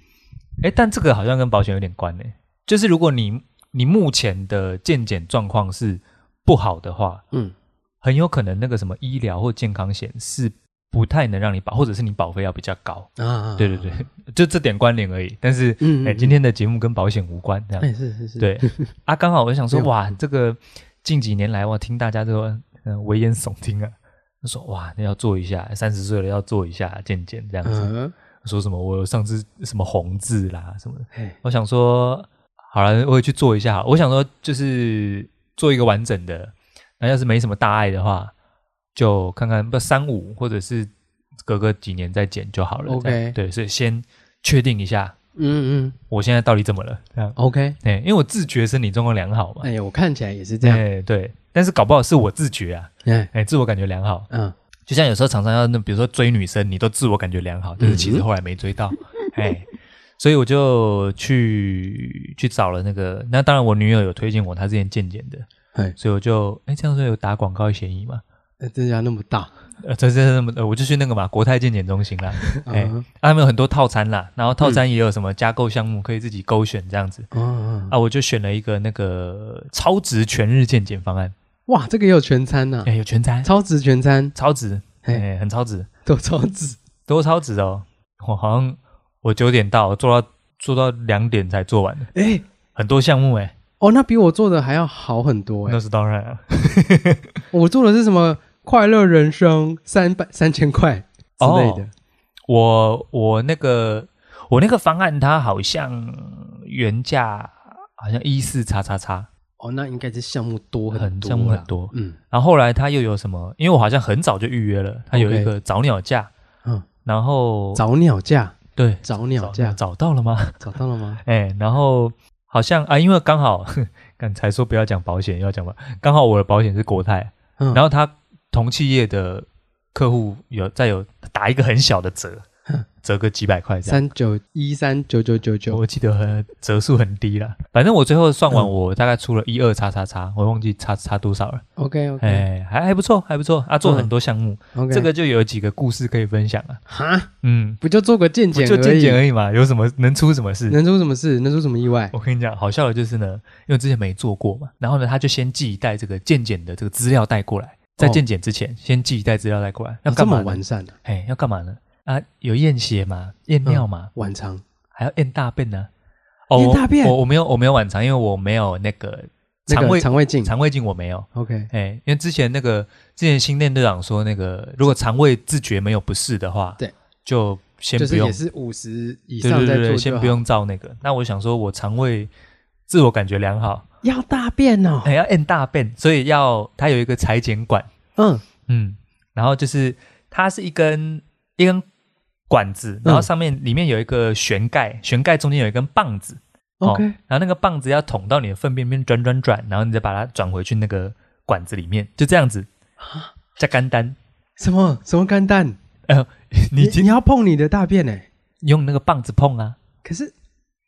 [SPEAKER 1] [laughs] 哎、但这个好像跟保险有点关呢、就是如果你你目前的健检状况是不好的话，
[SPEAKER 2] 嗯，
[SPEAKER 1] 很有可能那个什么医疗或健康险是不太能让你保，或者是你保费要比较高。
[SPEAKER 2] 啊啊，啊
[SPEAKER 1] 对对，对， [laughs] 就这点关联而已。但是，
[SPEAKER 2] 嗯，嗯
[SPEAKER 1] 哎，今天的节目跟保险无关，这样。
[SPEAKER 2] 哎是是是， [laughs]
[SPEAKER 1] 对啊，刚好我想说，
[SPEAKER 2] 没有
[SPEAKER 1] 哇，这个近几年来，我听大家都嗯危言耸听啊，就说哇，那要做一下，三十岁了要做一下健检这样子，
[SPEAKER 2] 嗯，
[SPEAKER 1] 说什么我有上次什么红字啦什么的，
[SPEAKER 2] 哎
[SPEAKER 1] 我想说好了，我也去做一下好了，我想说就是做一个完整的，那要是没什么大碍的话，就看看不三五或者是隔个几年再减就好了。这样
[SPEAKER 2] OK
[SPEAKER 1] 对，所以先确定一下
[SPEAKER 2] 嗯嗯
[SPEAKER 1] 我现在到底怎么了，这样。
[SPEAKER 2] ，OK，
[SPEAKER 1] 哎、因为我自觉身体状况良好嘛，
[SPEAKER 2] 哎我看起来也是
[SPEAKER 1] 对
[SPEAKER 2] 这样，
[SPEAKER 1] 对，但是搞不好是我自觉啊，
[SPEAKER 2] 哎
[SPEAKER 1] 哎，自我感觉良好。
[SPEAKER 2] 嗯
[SPEAKER 1] 就像有时候常常要那，比如说追女生，你都自我感觉良好，但是其实后来没追到， [laughs] 哎，所以我就去去找了那个，那当然我女友有推荐我，她之前健检的，
[SPEAKER 2] 哎，
[SPEAKER 1] 所以我就哎这样说有打广告嫌疑嘛？
[SPEAKER 2] 哎这家那么大，
[SPEAKER 1] 呃，这这那么，呃我就去那个嘛国泰健检中心啦，哎，
[SPEAKER 2] 嗯
[SPEAKER 1] 啊他们有很多套餐啦，然后套餐也有什么加购项目可以自己勾选这样子
[SPEAKER 2] 嗯嗯，
[SPEAKER 1] 啊，我就选了一个那个超值全日健检方案，
[SPEAKER 2] 哇，这个也有全餐呐，
[SPEAKER 1] 哎，有全餐，
[SPEAKER 2] 超值全餐
[SPEAKER 1] 超值，哎、
[SPEAKER 2] 嘿
[SPEAKER 1] 很超值，
[SPEAKER 2] 都超值，
[SPEAKER 1] 多超值哦！我好像我九点到，我做到做到两点才做完的，
[SPEAKER 2] 哎
[SPEAKER 1] 很多项目哎、
[SPEAKER 2] 哦，那比我做的还要好很多哎
[SPEAKER 1] 那，是当然啊。
[SPEAKER 2] 我做的是什么快乐人生三百三千块之类
[SPEAKER 1] 哦
[SPEAKER 2] 的，
[SPEAKER 1] 我我那个我那个方案，它好像原价好像一四叉叉叉，
[SPEAKER 2] 哦，那应该是项目多
[SPEAKER 1] 很
[SPEAKER 2] 多，
[SPEAKER 1] 项目很，多。
[SPEAKER 2] 嗯
[SPEAKER 1] 然后后来它又有什么？因为我好像很早就预约了，它有一个早鸟价，
[SPEAKER 2] 嗯，
[SPEAKER 1] 然后
[SPEAKER 2] 早鸟价，
[SPEAKER 1] 对
[SPEAKER 2] 早鸟价，
[SPEAKER 1] 找到了吗？ [laughs]
[SPEAKER 2] 找到了吗？
[SPEAKER 1] 哎、然后好像啊，因为刚好 [laughs] 刚才说不要讲保险，要讲吧，刚好我的保险是国泰，
[SPEAKER 2] 嗯，
[SPEAKER 1] 然后他同企业的客户有再有打一个很小的折
[SPEAKER 2] 哼，
[SPEAKER 1] 折个几百块这样。
[SPEAKER 2] 嗯三九一三九九九九，
[SPEAKER 1] 我记得很折数很低啦，反正我最后算完，
[SPEAKER 2] 嗯
[SPEAKER 1] 我大概出了一二叉叉叉，我忘记差差多少了。
[SPEAKER 2] OK OK
[SPEAKER 1] 哎、还还不错，还不错啊，做很多项目，
[SPEAKER 2] OK，
[SPEAKER 1] 这个就有几个故事可以分享啊。
[SPEAKER 2] 哈，
[SPEAKER 1] 嗯，
[SPEAKER 2] 不就做个健
[SPEAKER 1] 我
[SPEAKER 2] 检
[SPEAKER 1] 就
[SPEAKER 2] 而
[SPEAKER 1] 健检
[SPEAKER 2] 已，嗯
[SPEAKER 1] 而已嘛，有什么能出什么事？
[SPEAKER 2] 能出什么事？能出什么意外？哦
[SPEAKER 1] 我跟你讲，好笑的就是呢，因为之前没做过嘛，然后呢，他就先寄一袋这个健检的这个资料带过来，在
[SPEAKER 2] 哦
[SPEAKER 1] 健检之前，先寄一袋资料带过来，要
[SPEAKER 2] 哦这
[SPEAKER 1] 干嘛
[SPEAKER 2] 么
[SPEAKER 1] 呢？
[SPEAKER 2] 完善啊，
[SPEAKER 1] 哎，要干嘛呢？啊，有验血嘛，验尿嘛，
[SPEAKER 2] 晚长
[SPEAKER 1] 还要验大便呢、哦，
[SPEAKER 2] 嗯验
[SPEAKER 1] 我
[SPEAKER 2] 大便
[SPEAKER 1] 我我没有我没有晚肠，因为我没有那个
[SPEAKER 2] 那
[SPEAKER 1] 肠
[SPEAKER 2] 个
[SPEAKER 1] 胃、
[SPEAKER 2] 肠胃镜
[SPEAKER 1] 肠胃镜我没有。
[SPEAKER 2] OK，
[SPEAKER 1] 哎，因为之前那个之前新店队长说，那个如果肠胃自觉没有不适的话，
[SPEAKER 2] 对，
[SPEAKER 1] 就先
[SPEAKER 2] 就
[SPEAKER 1] 不
[SPEAKER 2] 是
[SPEAKER 1] 用
[SPEAKER 2] 也，是五十以
[SPEAKER 1] 对
[SPEAKER 2] 上
[SPEAKER 1] 对
[SPEAKER 2] 再
[SPEAKER 1] 对
[SPEAKER 2] 做
[SPEAKER 1] 对，
[SPEAKER 2] 就
[SPEAKER 1] 先
[SPEAKER 2] 好
[SPEAKER 1] 不用照那个。那我想说，我肠胃自我感觉良好，
[SPEAKER 2] 要大便哦，
[SPEAKER 1] 哎，要验大便，所以要它有一个裁剪管，
[SPEAKER 2] 嗯
[SPEAKER 1] 嗯，然后就是它是一根一根管子，然后
[SPEAKER 2] 嗯
[SPEAKER 1] 上面、里面有一个悬盖，悬盖中间有一根棒子。哦
[SPEAKER 2] OK
[SPEAKER 1] 然后那个棒子要捅到你的粪便里面转转转，然后你再把它转回去那个管子里面，就这样子。
[SPEAKER 2] 啊，
[SPEAKER 1] 加干单，呃
[SPEAKER 2] 什么什么干蛋？
[SPEAKER 1] [laughs] 你
[SPEAKER 2] 你要碰你的大便哎，
[SPEAKER 1] 用那个棒子碰啊。
[SPEAKER 2] 可是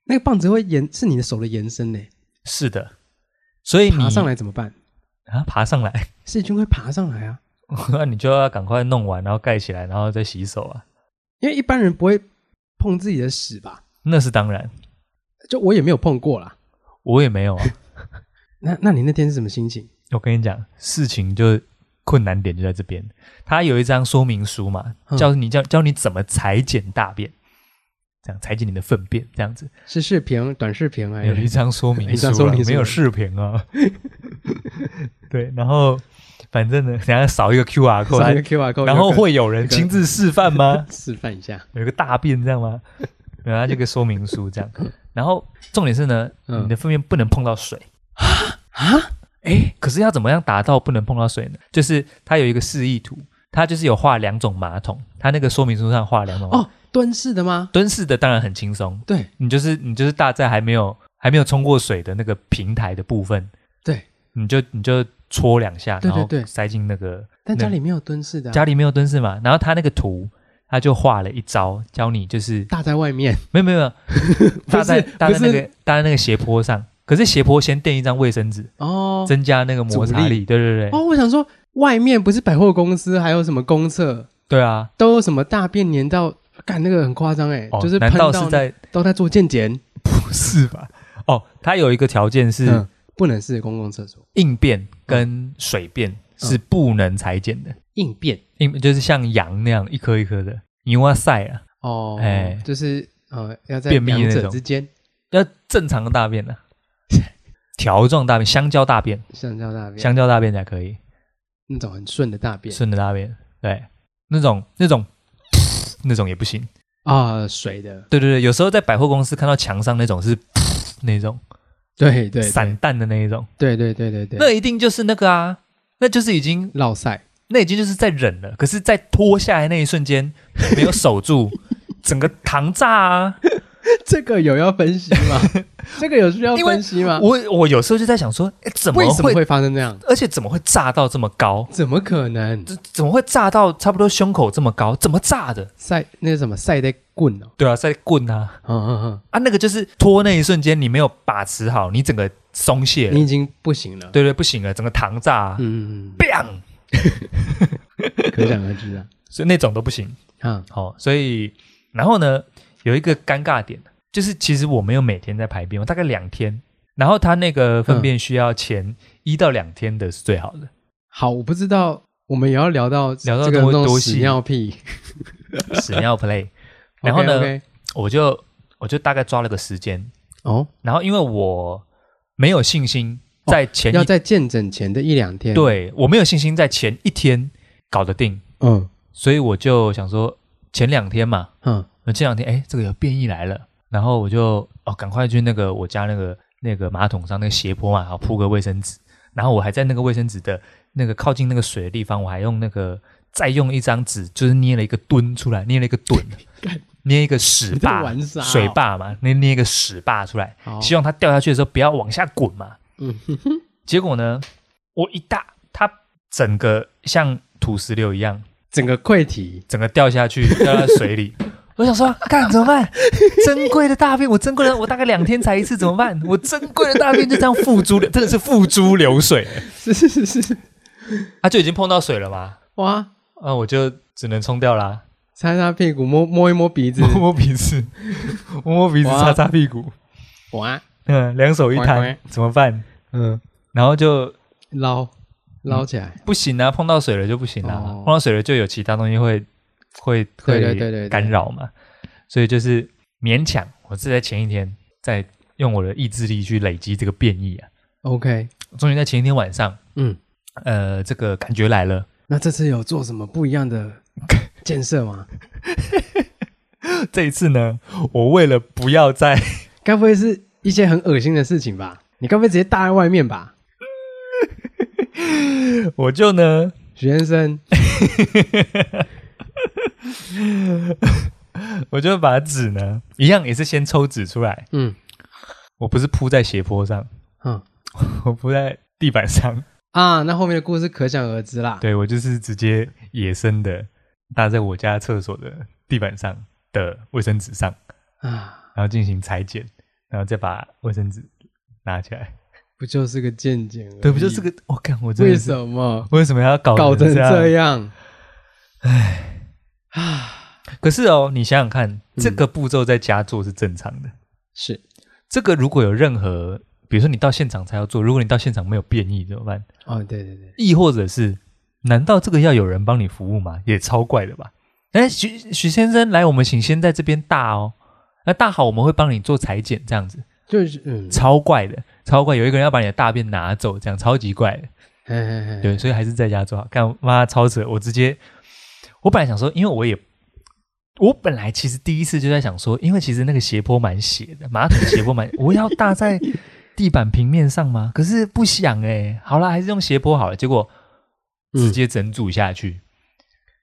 [SPEAKER 2] 那个棒子会延是你的手的延伸呢，
[SPEAKER 1] 是的，所以你
[SPEAKER 2] 爬上来怎么办？
[SPEAKER 1] 啊，爬上来， [laughs]
[SPEAKER 2] 细菌会爬上来啊，
[SPEAKER 1] 那你就要赶快弄完，然后盖起来，然后再洗手啊。
[SPEAKER 2] 因为一般人不会碰自己的屎吧？
[SPEAKER 1] 那是当然，
[SPEAKER 2] 就我也没有碰过啦。
[SPEAKER 1] 我也没有啊。
[SPEAKER 2] 那那你那天是什么心情？
[SPEAKER 1] 我跟你讲，事情就困难点就在这边。它有一张说明书嘛，
[SPEAKER 2] 嗯
[SPEAKER 1] 教你教教你怎么裁剪大便，这样裁剪你的粪便，这样子
[SPEAKER 2] 是视频、短视频还
[SPEAKER 1] 有一
[SPEAKER 2] 是？
[SPEAKER 1] 张说明
[SPEAKER 2] 哎一
[SPEAKER 1] 书、
[SPEAKER 2] 张
[SPEAKER 1] 啊，
[SPEAKER 2] 说明书
[SPEAKER 1] 没有视频啊。 [laughs] 对，然后反正呢，人家扫一个 QR
[SPEAKER 2] 扫一个
[SPEAKER 1] code，
[SPEAKER 2] QR code，
[SPEAKER 1] 然后
[SPEAKER 2] 有个
[SPEAKER 1] 会有人亲自示范吗？
[SPEAKER 2] 示范一下。
[SPEAKER 1] 有一个大便这样
[SPEAKER 2] [laughs]
[SPEAKER 1] 吗？然后这个说明书这样，然后重点是呢，
[SPEAKER 2] 嗯
[SPEAKER 1] 你的粪便不能碰到水。
[SPEAKER 2] 啊，
[SPEAKER 1] 哎，可是要怎么样达到不能碰到水呢？就是它有一个示意图，它就是有画两种马桶，它那个说明书上画两种马桶。
[SPEAKER 2] 哦，蹲式的吗？
[SPEAKER 1] 蹲式的当然很轻松，
[SPEAKER 2] 对
[SPEAKER 1] 你就是你就是大在还没有还没有冲过水的那个平台的部分，
[SPEAKER 2] 对，
[SPEAKER 1] 你就你就戳两下，
[SPEAKER 2] 对对
[SPEAKER 1] 然
[SPEAKER 2] 对
[SPEAKER 1] 后塞进那个。
[SPEAKER 2] 但家
[SPEAKER 1] 那
[SPEAKER 2] 里没有蹲式的啊、
[SPEAKER 1] 家里没有蹲式嘛，然后他那个图他就画了一招，教你就是
[SPEAKER 2] 大在外
[SPEAKER 1] [laughs]
[SPEAKER 2] 面，
[SPEAKER 1] 没有没有没有，
[SPEAKER 2] [laughs]
[SPEAKER 1] 搭在
[SPEAKER 2] 不是
[SPEAKER 1] 搭在那个
[SPEAKER 2] 不是
[SPEAKER 1] 搭在那个斜坡上，可是斜坡先垫一张卫生纸，
[SPEAKER 2] 哦
[SPEAKER 1] 增加那个摩擦
[SPEAKER 2] 阻
[SPEAKER 1] 力。对对对，
[SPEAKER 2] 哦，我想说，外面不是百货公司，还有什么公厕，
[SPEAKER 1] 对啊。
[SPEAKER 2] 都有什么大便粘到，干那个很夸张哎，
[SPEAKER 1] 哦，
[SPEAKER 2] 就是
[SPEAKER 1] 难
[SPEAKER 2] 喷
[SPEAKER 1] 道
[SPEAKER 2] 到
[SPEAKER 1] 是
[SPEAKER 2] [laughs]
[SPEAKER 1] 在
[SPEAKER 2] 都在做健检，
[SPEAKER 1] 不是吧？哦，它有一个条件是
[SPEAKER 2] 嗯不能是公共厕所
[SPEAKER 1] 硬便跟水便
[SPEAKER 2] 嗯
[SPEAKER 1] 是不能裁剪的，
[SPEAKER 2] 应变
[SPEAKER 1] 因就是像羊那样一颗一颗的牛蛙塞啊，
[SPEAKER 2] 哦，
[SPEAKER 1] 哎
[SPEAKER 2] 就是呃要在
[SPEAKER 1] 便秘
[SPEAKER 2] 两
[SPEAKER 1] 那
[SPEAKER 2] 者
[SPEAKER 1] 种
[SPEAKER 2] 之间，
[SPEAKER 1] 要正常的大便
[SPEAKER 2] [laughs]
[SPEAKER 1] 呢、条状大便、香蕉大便、
[SPEAKER 2] 像这样大便，
[SPEAKER 1] 香蕉大便才可以，
[SPEAKER 2] 那种很顺的大便
[SPEAKER 1] 顺着大便，对，那种那种那种也不行。
[SPEAKER 2] 啊，水的，
[SPEAKER 1] 对对对，有时候在百货公司看到墙上那种是 [laughs] 那种
[SPEAKER 2] 对对，
[SPEAKER 1] 散弹的那一种，
[SPEAKER 2] 对对对对对，
[SPEAKER 1] 那一定就是那个啊，那就是已经
[SPEAKER 2] 绕塞，
[SPEAKER 1] 那已经就是在忍了，可是，在脱下来那一瞬间 [laughs] 没有守住，整个糖炸啊！
[SPEAKER 2] [laughs] 这个有要分析
[SPEAKER 1] [laughs]
[SPEAKER 2] 吗？这个有需要
[SPEAKER 1] 因为
[SPEAKER 2] 分析吗？
[SPEAKER 1] 我我有时候就在想说，哎，怎么
[SPEAKER 2] 啊为什么
[SPEAKER 1] 会？
[SPEAKER 2] 会发生这样？
[SPEAKER 1] 而且怎么会炸到这么高？
[SPEAKER 2] 怎么可能？
[SPEAKER 1] 怎怎么会炸到差不多胸口这么高？怎么炸的？
[SPEAKER 2] 赛那个什么赛在棍哦，
[SPEAKER 1] 对啊，在棍啊
[SPEAKER 2] 嗯嗯
[SPEAKER 1] 啊！那个就是脱那一瞬间，你没有把持好，你整个松懈
[SPEAKER 2] 嗯，
[SPEAKER 1] 了
[SPEAKER 2] 你，已经不行了，
[SPEAKER 1] 对对，不行了，整个糖炸、啊，
[SPEAKER 2] 嗯，嗯，
[SPEAKER 1] 砰！
[SPEAKER 2] 嗯可想而知啊，
[SPEAKER 1] 所以那种都不行。
[SPEAKER 2] 啊，
[SPEAKER 1] 好、所以然后呢，有一个尴尬点，就是其实我没有每天在排便，我大概两天。然后他那个
[SPEAKER 2] 嗯
[SPEAKER 1] 粪便需要前一到两天的是最好的，
[SPEAKER 2] 好，我不知道，我们也要聊到
[SPEAKER 1] 聊到
[SPEAKER 2] 这个
[SPEAKER 1] 多
[SPEAKER 2] 那种
[SPEAKER 1] 多
[SPEAKER 2] 屎
[SPEAKER 1] 细
[SPEAKER 2] 尿屁，
[SPEAKER 1] 屎尿 play。然后 [laughs] 呢
[SPEAKER 2] OK，OK
[SPEAKER 1] 我就我就大概抓了个时间，
[SPEAKER 2] 哦，
[SPEAKER 1] 然后因为我没有信心在前一、
[SPEAKER 2] 要在见诊前的一两天，，
[SPEAKER 1] 对我没有信心在前一天搞得定，
[SPEAKER 2] 嗯
[SPEAKER 1] 所以我就想说前两天嘛，
[SPEAKER 2] 嗯，
[SPEAKER 1] 那这两天哎，这个有变异来了，然后我就哦，赶快去那个我家那个那个马桶上那个斜坡嘛，好哦铺个卫生纸，然后我还在那个卫生纸的那个靠近那个水的地方，我还用那个再用一张纸，就是捏了一个墩出来，捏了一个
[SPEAKER 2] [laughs]
[SPEAKER 1] 墩，捏一个屎
[SPEAKER 2] 你在
[SPEAKER 1] 坝，
[SPEAKER 2] 玩啥哦
[SPEAKER 1] 水坝嘛，捏捏一个屎坝出来，
[SPEAKER 2] 好，
[SPEAKER 1] 希望它掉下去的时候不要往下滚嘛。
[SPEAKER 2] 嗯，
[SPEAKER 1] 结果呢，我一大它整个像土石流一样，
[SPEAKER 2] 整个溃
[SPEAKER 1] [laughs]
[SPEAKER 2] 体，
[SPEAKER 1] 整个掉下去，掉到水里。我想说，干怎么办？珍贵的大便，我珍贵的，我大概两天才一次，怎么办？我珍贵的大便就这样付诸流，真的是付诸流水，
[SPEAKER 2] 是是是是，
[SPEAKER 1] 它、就已经碰到水了嘛，
[SPEAKER 2] 哇，
[SPEAKER 1] 那、我就只能冲掉啦，
[SPEAKER 2] 擦擦屁股，摸摸一摸鼻子
[SPEAKER 1] [laughs] 摸，摸鼻子，摸摸鼻子，
[SPEAKER 2] 哇
[SPEAKER 1] 擦擦屁股，
[SPEAKER 2] 哇，
[SPEAKER 1] 嗯，两手一
[SPEAKER 2] 乖
[SPEAKER 1] 摊
[SPEAKER 2] 乖，
[SPEAKER 1] 怎么办？
[SPEAKER 2] 嗯，
[SPEAKER 1] 然后就
[SPEAKER 2] 捞捞起来，
[SPEAKER 1] 不行啊，碰到水了就不行啦、
[SPEAKER 2] 哦
[SPEAKER 1] 碰到水了就有其他东西会会
[SPEAKER 2] 对对对对对
[SPEAKER 1] 会干扰嘛，所以就是勉强，我是在前一天在用我的意志力去累积这个变异啊，
[SPEAKER 2] OK，
[SPEAKER 1] 终于在前一天晚上，
[SPEAKER 2] 嗯，
[SPEAKER 1] 呃，这个感觉来了， [laughs]
[SPEAKER 2] 那这次有做什么不一样的建设吗？
[SPEAKER 1] 这一次呢，我为了不要再 [laughs]
[SPEAKER 2] 该不会是一些很恶心的事情吧？你该不会直接搭在外面吧，
[SPEAKER 1] 我就呢，
[SPEAKER 2] 许先生？
[SPEAKER 1] 我就把纸呢，一样也是先抽纸出来，
[SPEAKER 2] 嗯
[SPEAKER 1] 我不是铺在斜坡上，
[SPEAKER 2] 嗯
[SPEAKER 1] 我铺在地板上，
[SPEAKER 2] 啊，那后面的故事可想而知啦。
[SPEAKER 1] 对我就是直接野生的搭在我家厕所的地板上的卫生纸上，
[SPEAKER 2] 啊，
[SPEAKER 1] 然后进行裁剪，然后再把卫生纸拿起来。
[SPEAKER 2] 不就是个见解而已？
[SPEAKER 1] 对，不就是个？我、看我真
[SPEAKER 2] [laughs] 为
[SPEAKER 1] 的是
[SPEAKER 2] 什么
[SPEAKER 1] 为什么要搞
[SPEAKER 2] 搞成
[SPEAKER 1] 这
[SPEAKER 2] 这
[SPEAKER 1] [laughs]
[SPEAKER 2] 样？唉啊，
[SPEAKER 1] 可是哦，你想想看，这
[SPEAKER 2] 嗯
[SPEAKER 1] 个步骤在家做是正常的。
[SPEAKER 2] 是
[SPEAKER 1] 这个如果有任何，比如说你到现场才要做，如果你到现场没有变异怎么办？
[SPEAKER 2] 哦，对对对，
[SPEAKER 1] 亦或者是，难道这个要有人帮你服务吗？也超怪的吧？哎，许许先生，来，我们请先在这边大哦。那大好，我们会帮你做裁剪，这样子
[SPEAKER 2] 就是嗯，
[SPEAKER 1] 超怪的，超怪。有一个人要把你的大便拿走，这样超级怪的。
[SPEAKER 2] 嘿嘿嘿
[SPEAKER 1] 对，所以还是在家做好。干妈超扯，我直接，我本来想说，因为我也，我本来其实第一次就在想说，因为其实那个斜坡蛮斜的，马桶斜坡
[SPEAKER 2] [laughs]
[SPEAKER 1] 蛮，我要搭在地板平面上吗？可是不想哎、好啦，还是用斜坡好了。结果直接整组下去。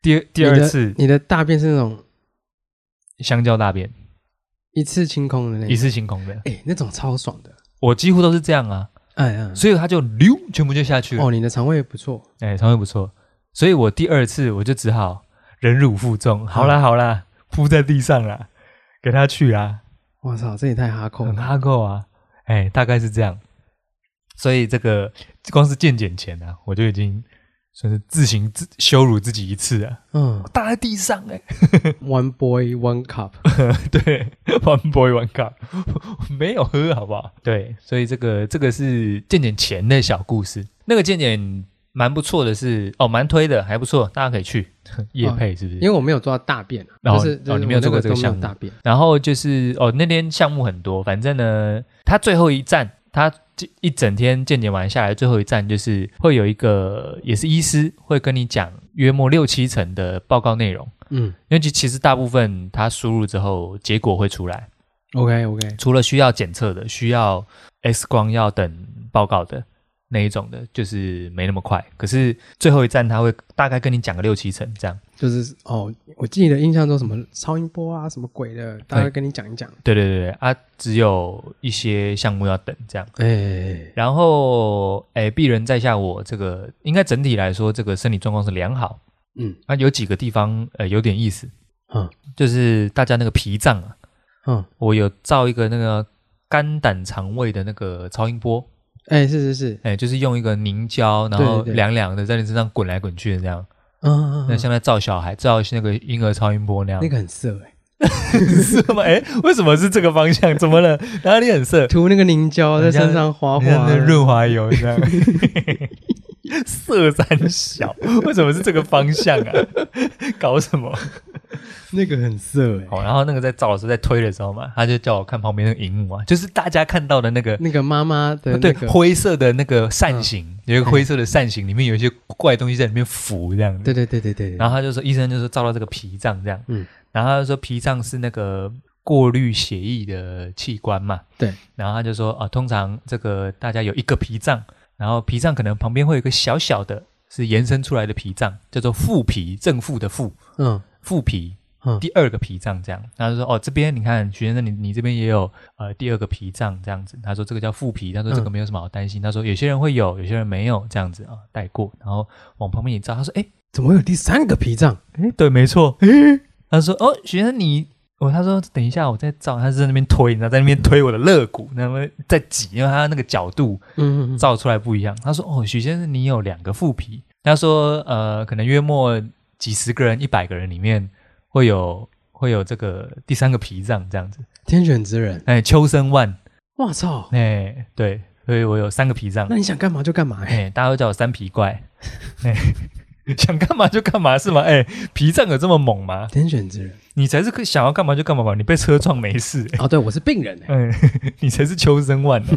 [SPEAKER 1] 第二第
[SPEAKER 2] 你
[SPEAKER 1] 二
[SPEAKER 2] 的
[SPEAKER 1] 次
[SPEAKER 2] 嗯你的大便是那种
[SPEAKER 1] 香蕉大便，
[SPEAKER 2] 一次清空的那
[SPEAKER 1] 一
[SPEAKER 2] 种，
[SPEAKER 1] 次清空的，
[SPEAKER 2] 哎，那种超爽的，
[SPEAKER 1] 我几乎都是这样啊，
[SPEAKER 2] 哎呀，
[SPEAKER 1] 所以它就溜，全部就下去了。
[SPEAKER 2] 哦，你的肠胃不错，
[SPEAKER 1] 哎、肠胃不错，所以我第二次我就只好忍辱负重，好啦好啦，铺在地上啦，给他去啊，
[SPEAKER 2] 我操，这也太哈扣
[SPEAKER 1] 很
[SPEAKER 2] 了，
[SPEAKER 1] 哈够啊，哎、大概是这样。所以这个光是健检前啊，我就已经算是自行自羞辱自己一次啊， [laughs]
[SPEAKER 2] 嗯
[SPEAKER 1] 搭在地上哎、
[SPEAKER 2] ，One boy one cup，
[SPEAKER 1] 对，one boy one cup，我 [laughs] 没有喝好不好？对，所以这个这个是健检前的小故事，那个健检蛮不错的是，哦，蛮推的，还不错，大家可以去 [laughs] 夜配是不是？
[SPEAKER 2] 因为我没有做到大便
[SPEAKER 1] 哦
[SPEAKER 2] 啊，就是
[SPEAKER 1] 哦你没有做过这个项目
[SPEAKER 2] 项大便，
[SPEAKER 1] 然后就是哦，那天项目很多，反正呢，他最后一站，他一整天健检完下来，最后一站就是会有一个也是医师会跟你讲约莫六七成的报告内容，
[SPEAKER 2] 嗯
[SPEAKER 1] 因为其其实大部分他输入之后结果会出来，
[SPEAKER 2] ，OK OK，
[SPEAKER 1] 除了需要检测的，需要 X 光要等报告的那一种的，就是没那么快。可是最后一站他会大概跟你讲个六七成这样。
[SPEAKER 2] 就是哦，我记得印象中什么超音波啊，什么鬼的，大概跟你讲一讲。
[SPEAKER 1] 对对对对啊，只有一些项目要等这样。
[SPEAKER 2] 哎，
[SPEAKER 1] 然后，哎，鄙人在下我这个应该整体来说，这个身体状况是良好。
[SPEAKER 2] 嗯
[SPEAKER 1] 那、有几个地方呃有点意思，
[SPEAKER 2] 嗯
[SPEAKER 1] 就是大家那个脾脏啊，
[SPEAKER 2] 嗯，
[SPEAKER 1] 我有照一个那个肝胆肠胃的那个超音波，
[SPEAKER 2] 哎，是是是，
[SPEAKER 1] 哎，就是用一个凝胶，然后
[SPEAKER 2] 对对
[SPEAKER 1] 凉凉的在你身上滚来滚去的这样，
[SPEAKER 2] 嗯嗯，
[SPEAKER 1] 那
[SPEAKER 2] 嗯
[SPEAKER 1] 像在照小孩照那个婴儿超音波那样
[SPEAKER 2] 那，个很色哎，
[SPEAKER 1] 是吗？哎，为什么是这个方向？怎么了？哪里很色？
[SPEAKER 2] 涂那个凝胶在身上划
[SPEAKER 1] 你
[SPEAKER 2] 划
[SPEAKER 1] 像那
[SPEAKER 2] 的，
[SPEAKER 1] 润滑油这样。 [laughs] 色三小，为什么是这个方向啊？ [laughs] 搞什么？
[SPEAKER 2] 那个很色哎，
[SPEAKER 1] 哦，然后那个在照的时候，在推的时候嘛，他就叫我看旁边那个荧幕啊，就是大家看到的那个，
[SPEAKER 2] 那个妈妈的那
[SPEAKER 1] 对，
[SPEAKER 2] 个，嗯
[SPEAKER 1] 灰色的那个扇形，有一个灰色的扇形，里面有一些怪东西在里面浮这样子。
[SPEAKER 2] 对对对对对，
[SPEAKER 1] 然后他就说，医生就说照到这个脾脏这样，
[SPEAKER 2] 嗯
[SPEAKER 1] 然后他就说脾脏是那个过滤血液的器官嘛，
[SPEAKER 2] 对，
[SPEAKER 1] 然后他就说啊，通常这个大家有一个脾脏，然后脾脏可能旁边会有一个小小的，是延伸出来的脾脏，叫做副脾，正负的负，
[SPEAKER 2] 嗯
[SPEAKER 1] 副脾。
[SPEAKER 2] 嗯
[SPEAKER 1] 第二个脾脏这样，然后他就说哦，这边你看徐先生，你你这边也有呃第二个脾脏这样子。他说这个叫副脾，他说这个
[SPEAKER 2] 嗯
[SPEAKER 1] 没有什么好担心。他说有些人会有，有些人没有这样子啊、带过。然后往旁边一照，他说哎，
[SPEAKER 2] 怎么会有第三个脾脏？嗯
[SPEAKER 1] 哎，对，没错。他说：“哦，学生你，哦，他说等一下，我再照。”他是在那边推，你知道，在那边推我的肋骨，那么在挤，因为他那个角度
[SPEAKER 2] 嗯嗯
[SPEAKER 1] 照出来不一样。他说：“哦，许先生，你有两个副皮。”他说：“呃，可能约莫几十个人、一百个人里面会有会有这个第三个脾脏这样子。
[SPEAKER 2] 天选之人，
[SPEAKER 1] 哎，秋生万，
[SPEAKER 2] 哇操！
[SPEAKER 1] 哎，对，所以我有三个脾脏
[SPEAKER 2] 那。你想干嘛就干嘛哎，
[SPEAKER 1] 哎，大家都叫我三皮怪。哎，想干嘛就干嘛是吗？哎，脾脏有这么猛吗？
[SPEAKER 2] 天选之人
[SPEAKER 1] 你才是可以想要干嘛就干嘛吧，你被车撞没事、欸
[SPEAKER 2] 哦，对我是病人哎，
[SPEAKER 1] 嗯，你才是秋生万呢、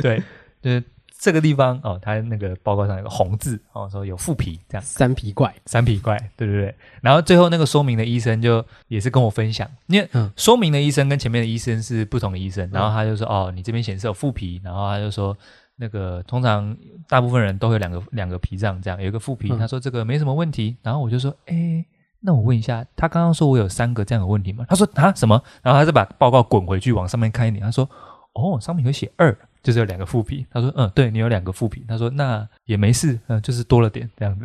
[SPEAKER 1] 对，就是这个地方哦，他那个报告上有个红字哦，说有复皮这样
[SPEAKER 2] 三皮怪，
[SPEAKER 1] 三皮怪，对对对。然后最后那个说明的医生就也是跟我分享，因为
[SPEAKER 2] 嗯
[SPEAKER 1] 说明的医生跟前面的医生是不同的医生，
[SPEAKER 2] 嗯
[SPEAKER 1] 然后他就说哦，你这边显示有复皮，然后他就说。那个通常大部分人都会有两个两个脾脏，这样有一个副脾，
[SPEAKER 2] 嗯
[SPEAKER 1] 他说这个没什么问题，然后我就说，哎，那我问一下，他刚刚说我有三个这样的问题吗？他说啊什么？然后他再把报告滚回去往上面看一点，他说哦，上面有写二，就是有两个副皮。他说嗯，对你有两个副皮。他说那也没事，嗯、就是多了点这
[SPEAKER 2] [laughs]
[SPEAKER 1] 样子。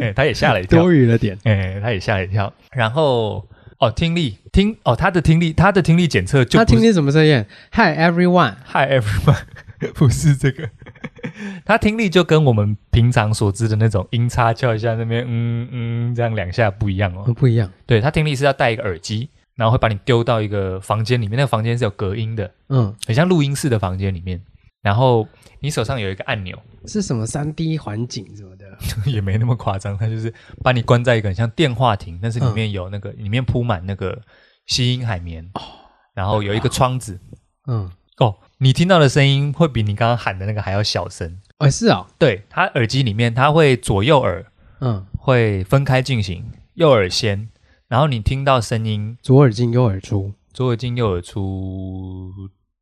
[SPEAKER 1] 哎、他也吓了一跳，
[SPEAKER 2] 多余了点，
[SPEAKER 1] 哎、他也吓了一跳。然后哦，听力听哦，他的听力他的听力检测就
[SPEAKER 2] 他
[SPEAKER 1] 不
[SPEAKER 2] 听
[SPEAKER 1] 是
[SPEAKER 2] 见什么声音？Hi everyone，
[SPEAKER 1] Hi everyone，不 [laughs] 是这个。他听力就跟我们平常所知的那种音叉翘一下那边嗯嗯这样两下不一样哦
[SPEAKER 2] 哦，不一样，
[SPEAKER 1] 对他听力是要戴一个耳机，然后会把你丢到一个房间里面，那个房间是有隔音的，
[SPEAKER 2] [laughs] 嗯，
[SPEAKER 1] 很像录音室的房间里面。然后你手上有一个按钮，
[SPEAKER 2] 是什么三 D 环境什么的，
[SPEAKER 1] 也没那么夸张，它就是把你关在一个很像电话亭，但是里面有那个、里面铺满那个吸音海绵，然后有一个窗子
[SPEAKER 2] 嗯，
[SPEAKER 1] 哦，你听到的声音会比你刚刚喊的那个还要小声。
[SPEAKER 2] 哦是哦，
[SPEAKER 1] 对，它耳机里面它会左右耳
[SPEAKER 2] 嗯，
[SPEAKER 1] 会分开进行，右耳先，然后你听到声音
[SPEAKER 2] 左耳进右耳出，
[SPEAKER 1] 左耳进右耳出，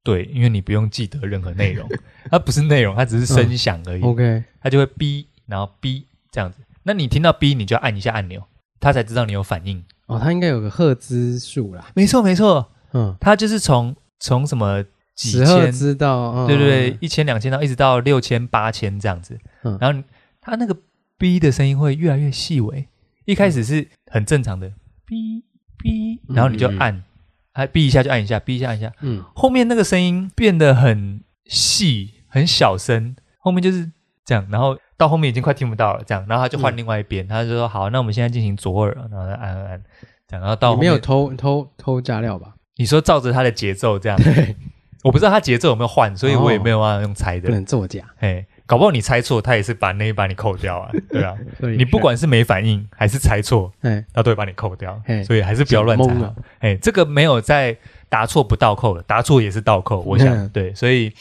[SPEAKER 1] 对，因为你不用记得任何内容，它不是内容，它只是声响而已，
[SPEAKER 2] OK，
[SPEAKER 1] 它就会哔，然后哔这样子。那你听到哔，你就要按一下按钮，它才知道你有反应。
[SPEAKER 2] 哦，它应该有个赫兹数啦，
[SPEAKER 1] 没错，没错，
[SPEAKER 2] 嗯，
[SPEAKER 1] 它就是从从什么几
[SPEAKER 2] 十
[SPEAKER 1] 千，
[SPEAKER 2] 赫兹到，嗯
[SPEAKER 1] 对对对，，一千、两千到一直到六千、八千这样子。
[SPEAKER 2] 嗯
[SPEAKER 1] 然后你它那个哔的声音会越来越细微，一开始是很正常的哔哔，然后你就
[SPEAKER 2] 嗯嗯嗯
[SPEAKER 1] 按，还哔一下就按一下，哔一下按一下。
[SPEAKER 2] 嗯，
[SPEAKER 1] 后面那个声音变得很细、很小声，后面就是这样，然后到后面已经快听不到了，这样，然后他就换
[SPEAKER 2] 嗯
[SPEAKER 1] 另外一边，他就说好，那我们现在进行左耳，然后按按按，这样，然后到
[SPEAKER 2] 你
[SPEAKER 1] 后
[SPEAKER 2] 没
[SPEAKER 1] 面
[SPEAKER 2] 有偷偷偷加料吧？
[SPEAKER 1] 你说照着他
[SPEAKER 2] [laughs]
[SPEAKER 1] 的节奏这样，
[SPEAKER 2] 对，
[SPEAKER 1] 我不知道他节奏有没有换，所以我也
[SPEAKER 2] 哦
[SPEAKER 1] 没有办法用猜
[SPEAKER 2] 不
[SPEAKER 1] 的，
[SPEAKER 2] 能作假，
[SPEAKER 1] 哎、搞不好你猜错，他也是把那一把你扣掉啊，对
[SPEAKER 2] [laughs]
[SPEAKER 1] 啊，
[SPEAKER 2] 所以
[SPEAKER 1] 你不管是没反应还是猜错，
[SPEAKER 2] 哎，
[SPEAKER 1] 他都会把你扣掉
[SPEAKER 2] 嘿，啊
[SPEAKER 1] 所以还是不要乱
[SPEAKER 2] 想
[SPEAKER 1] 猜
[SPEAKER 2] 蒙
[SPEAKER 1] 好
[SPEAKER 2] 了。
[SPEAKER 1] 哎，这个没有在答错不倒扣了，答错也是倒扣，我
[SPEAKER 2] 嗯
[SPEAKER 1] 想对，所以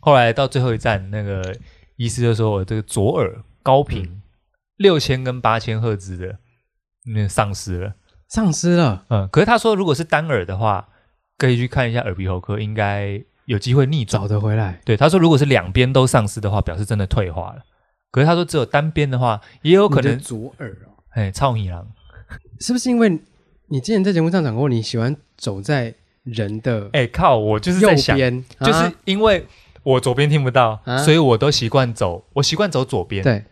[SPEAKER 1] 后来到最后一站，那个医师就说我这个左耳高
[SPEAKER 2] 嗯
[SPEAKER 1] 频六千跟八千赫兹的那丧失了，
[SPEAKER 2] 丧失了，
[SPEAKER 1] 嗯，可是他说如果是单耳的话，可以去看一下耳鼻喉科，应该有机会逆转。
[SPEAKER 2] 找得回来，
[SPEAKER 1] 对，他说如果是两边都丧失的话，表示真的退化了。可是他说只有单边的话，也有可
[SPEAKER 2] 你的
[SPEAKER 1] 能，
[SPEAKER 2] 左耳哦，
[SPEAKER 1] 哎，操你郎，
[SPEAKER 2] 是不是因为你之前在节目上讲过，你喜欢走在人的
[SPEAKER 1] 哎靠，我就是
[SPEAKER 2] 右
[SPEAKER 1] 在想，
[SPEAKER 2] 边，
[SPEAKER 1] 就是
[SPEAKER 2] 啊
[SPEAKER 1] 因为我左边听不到，
[SPEAKER 2] 啊
[SPEAKER 1] 所以我都习惯走，我习惯走左边，，
[SPEAKER 2] 对，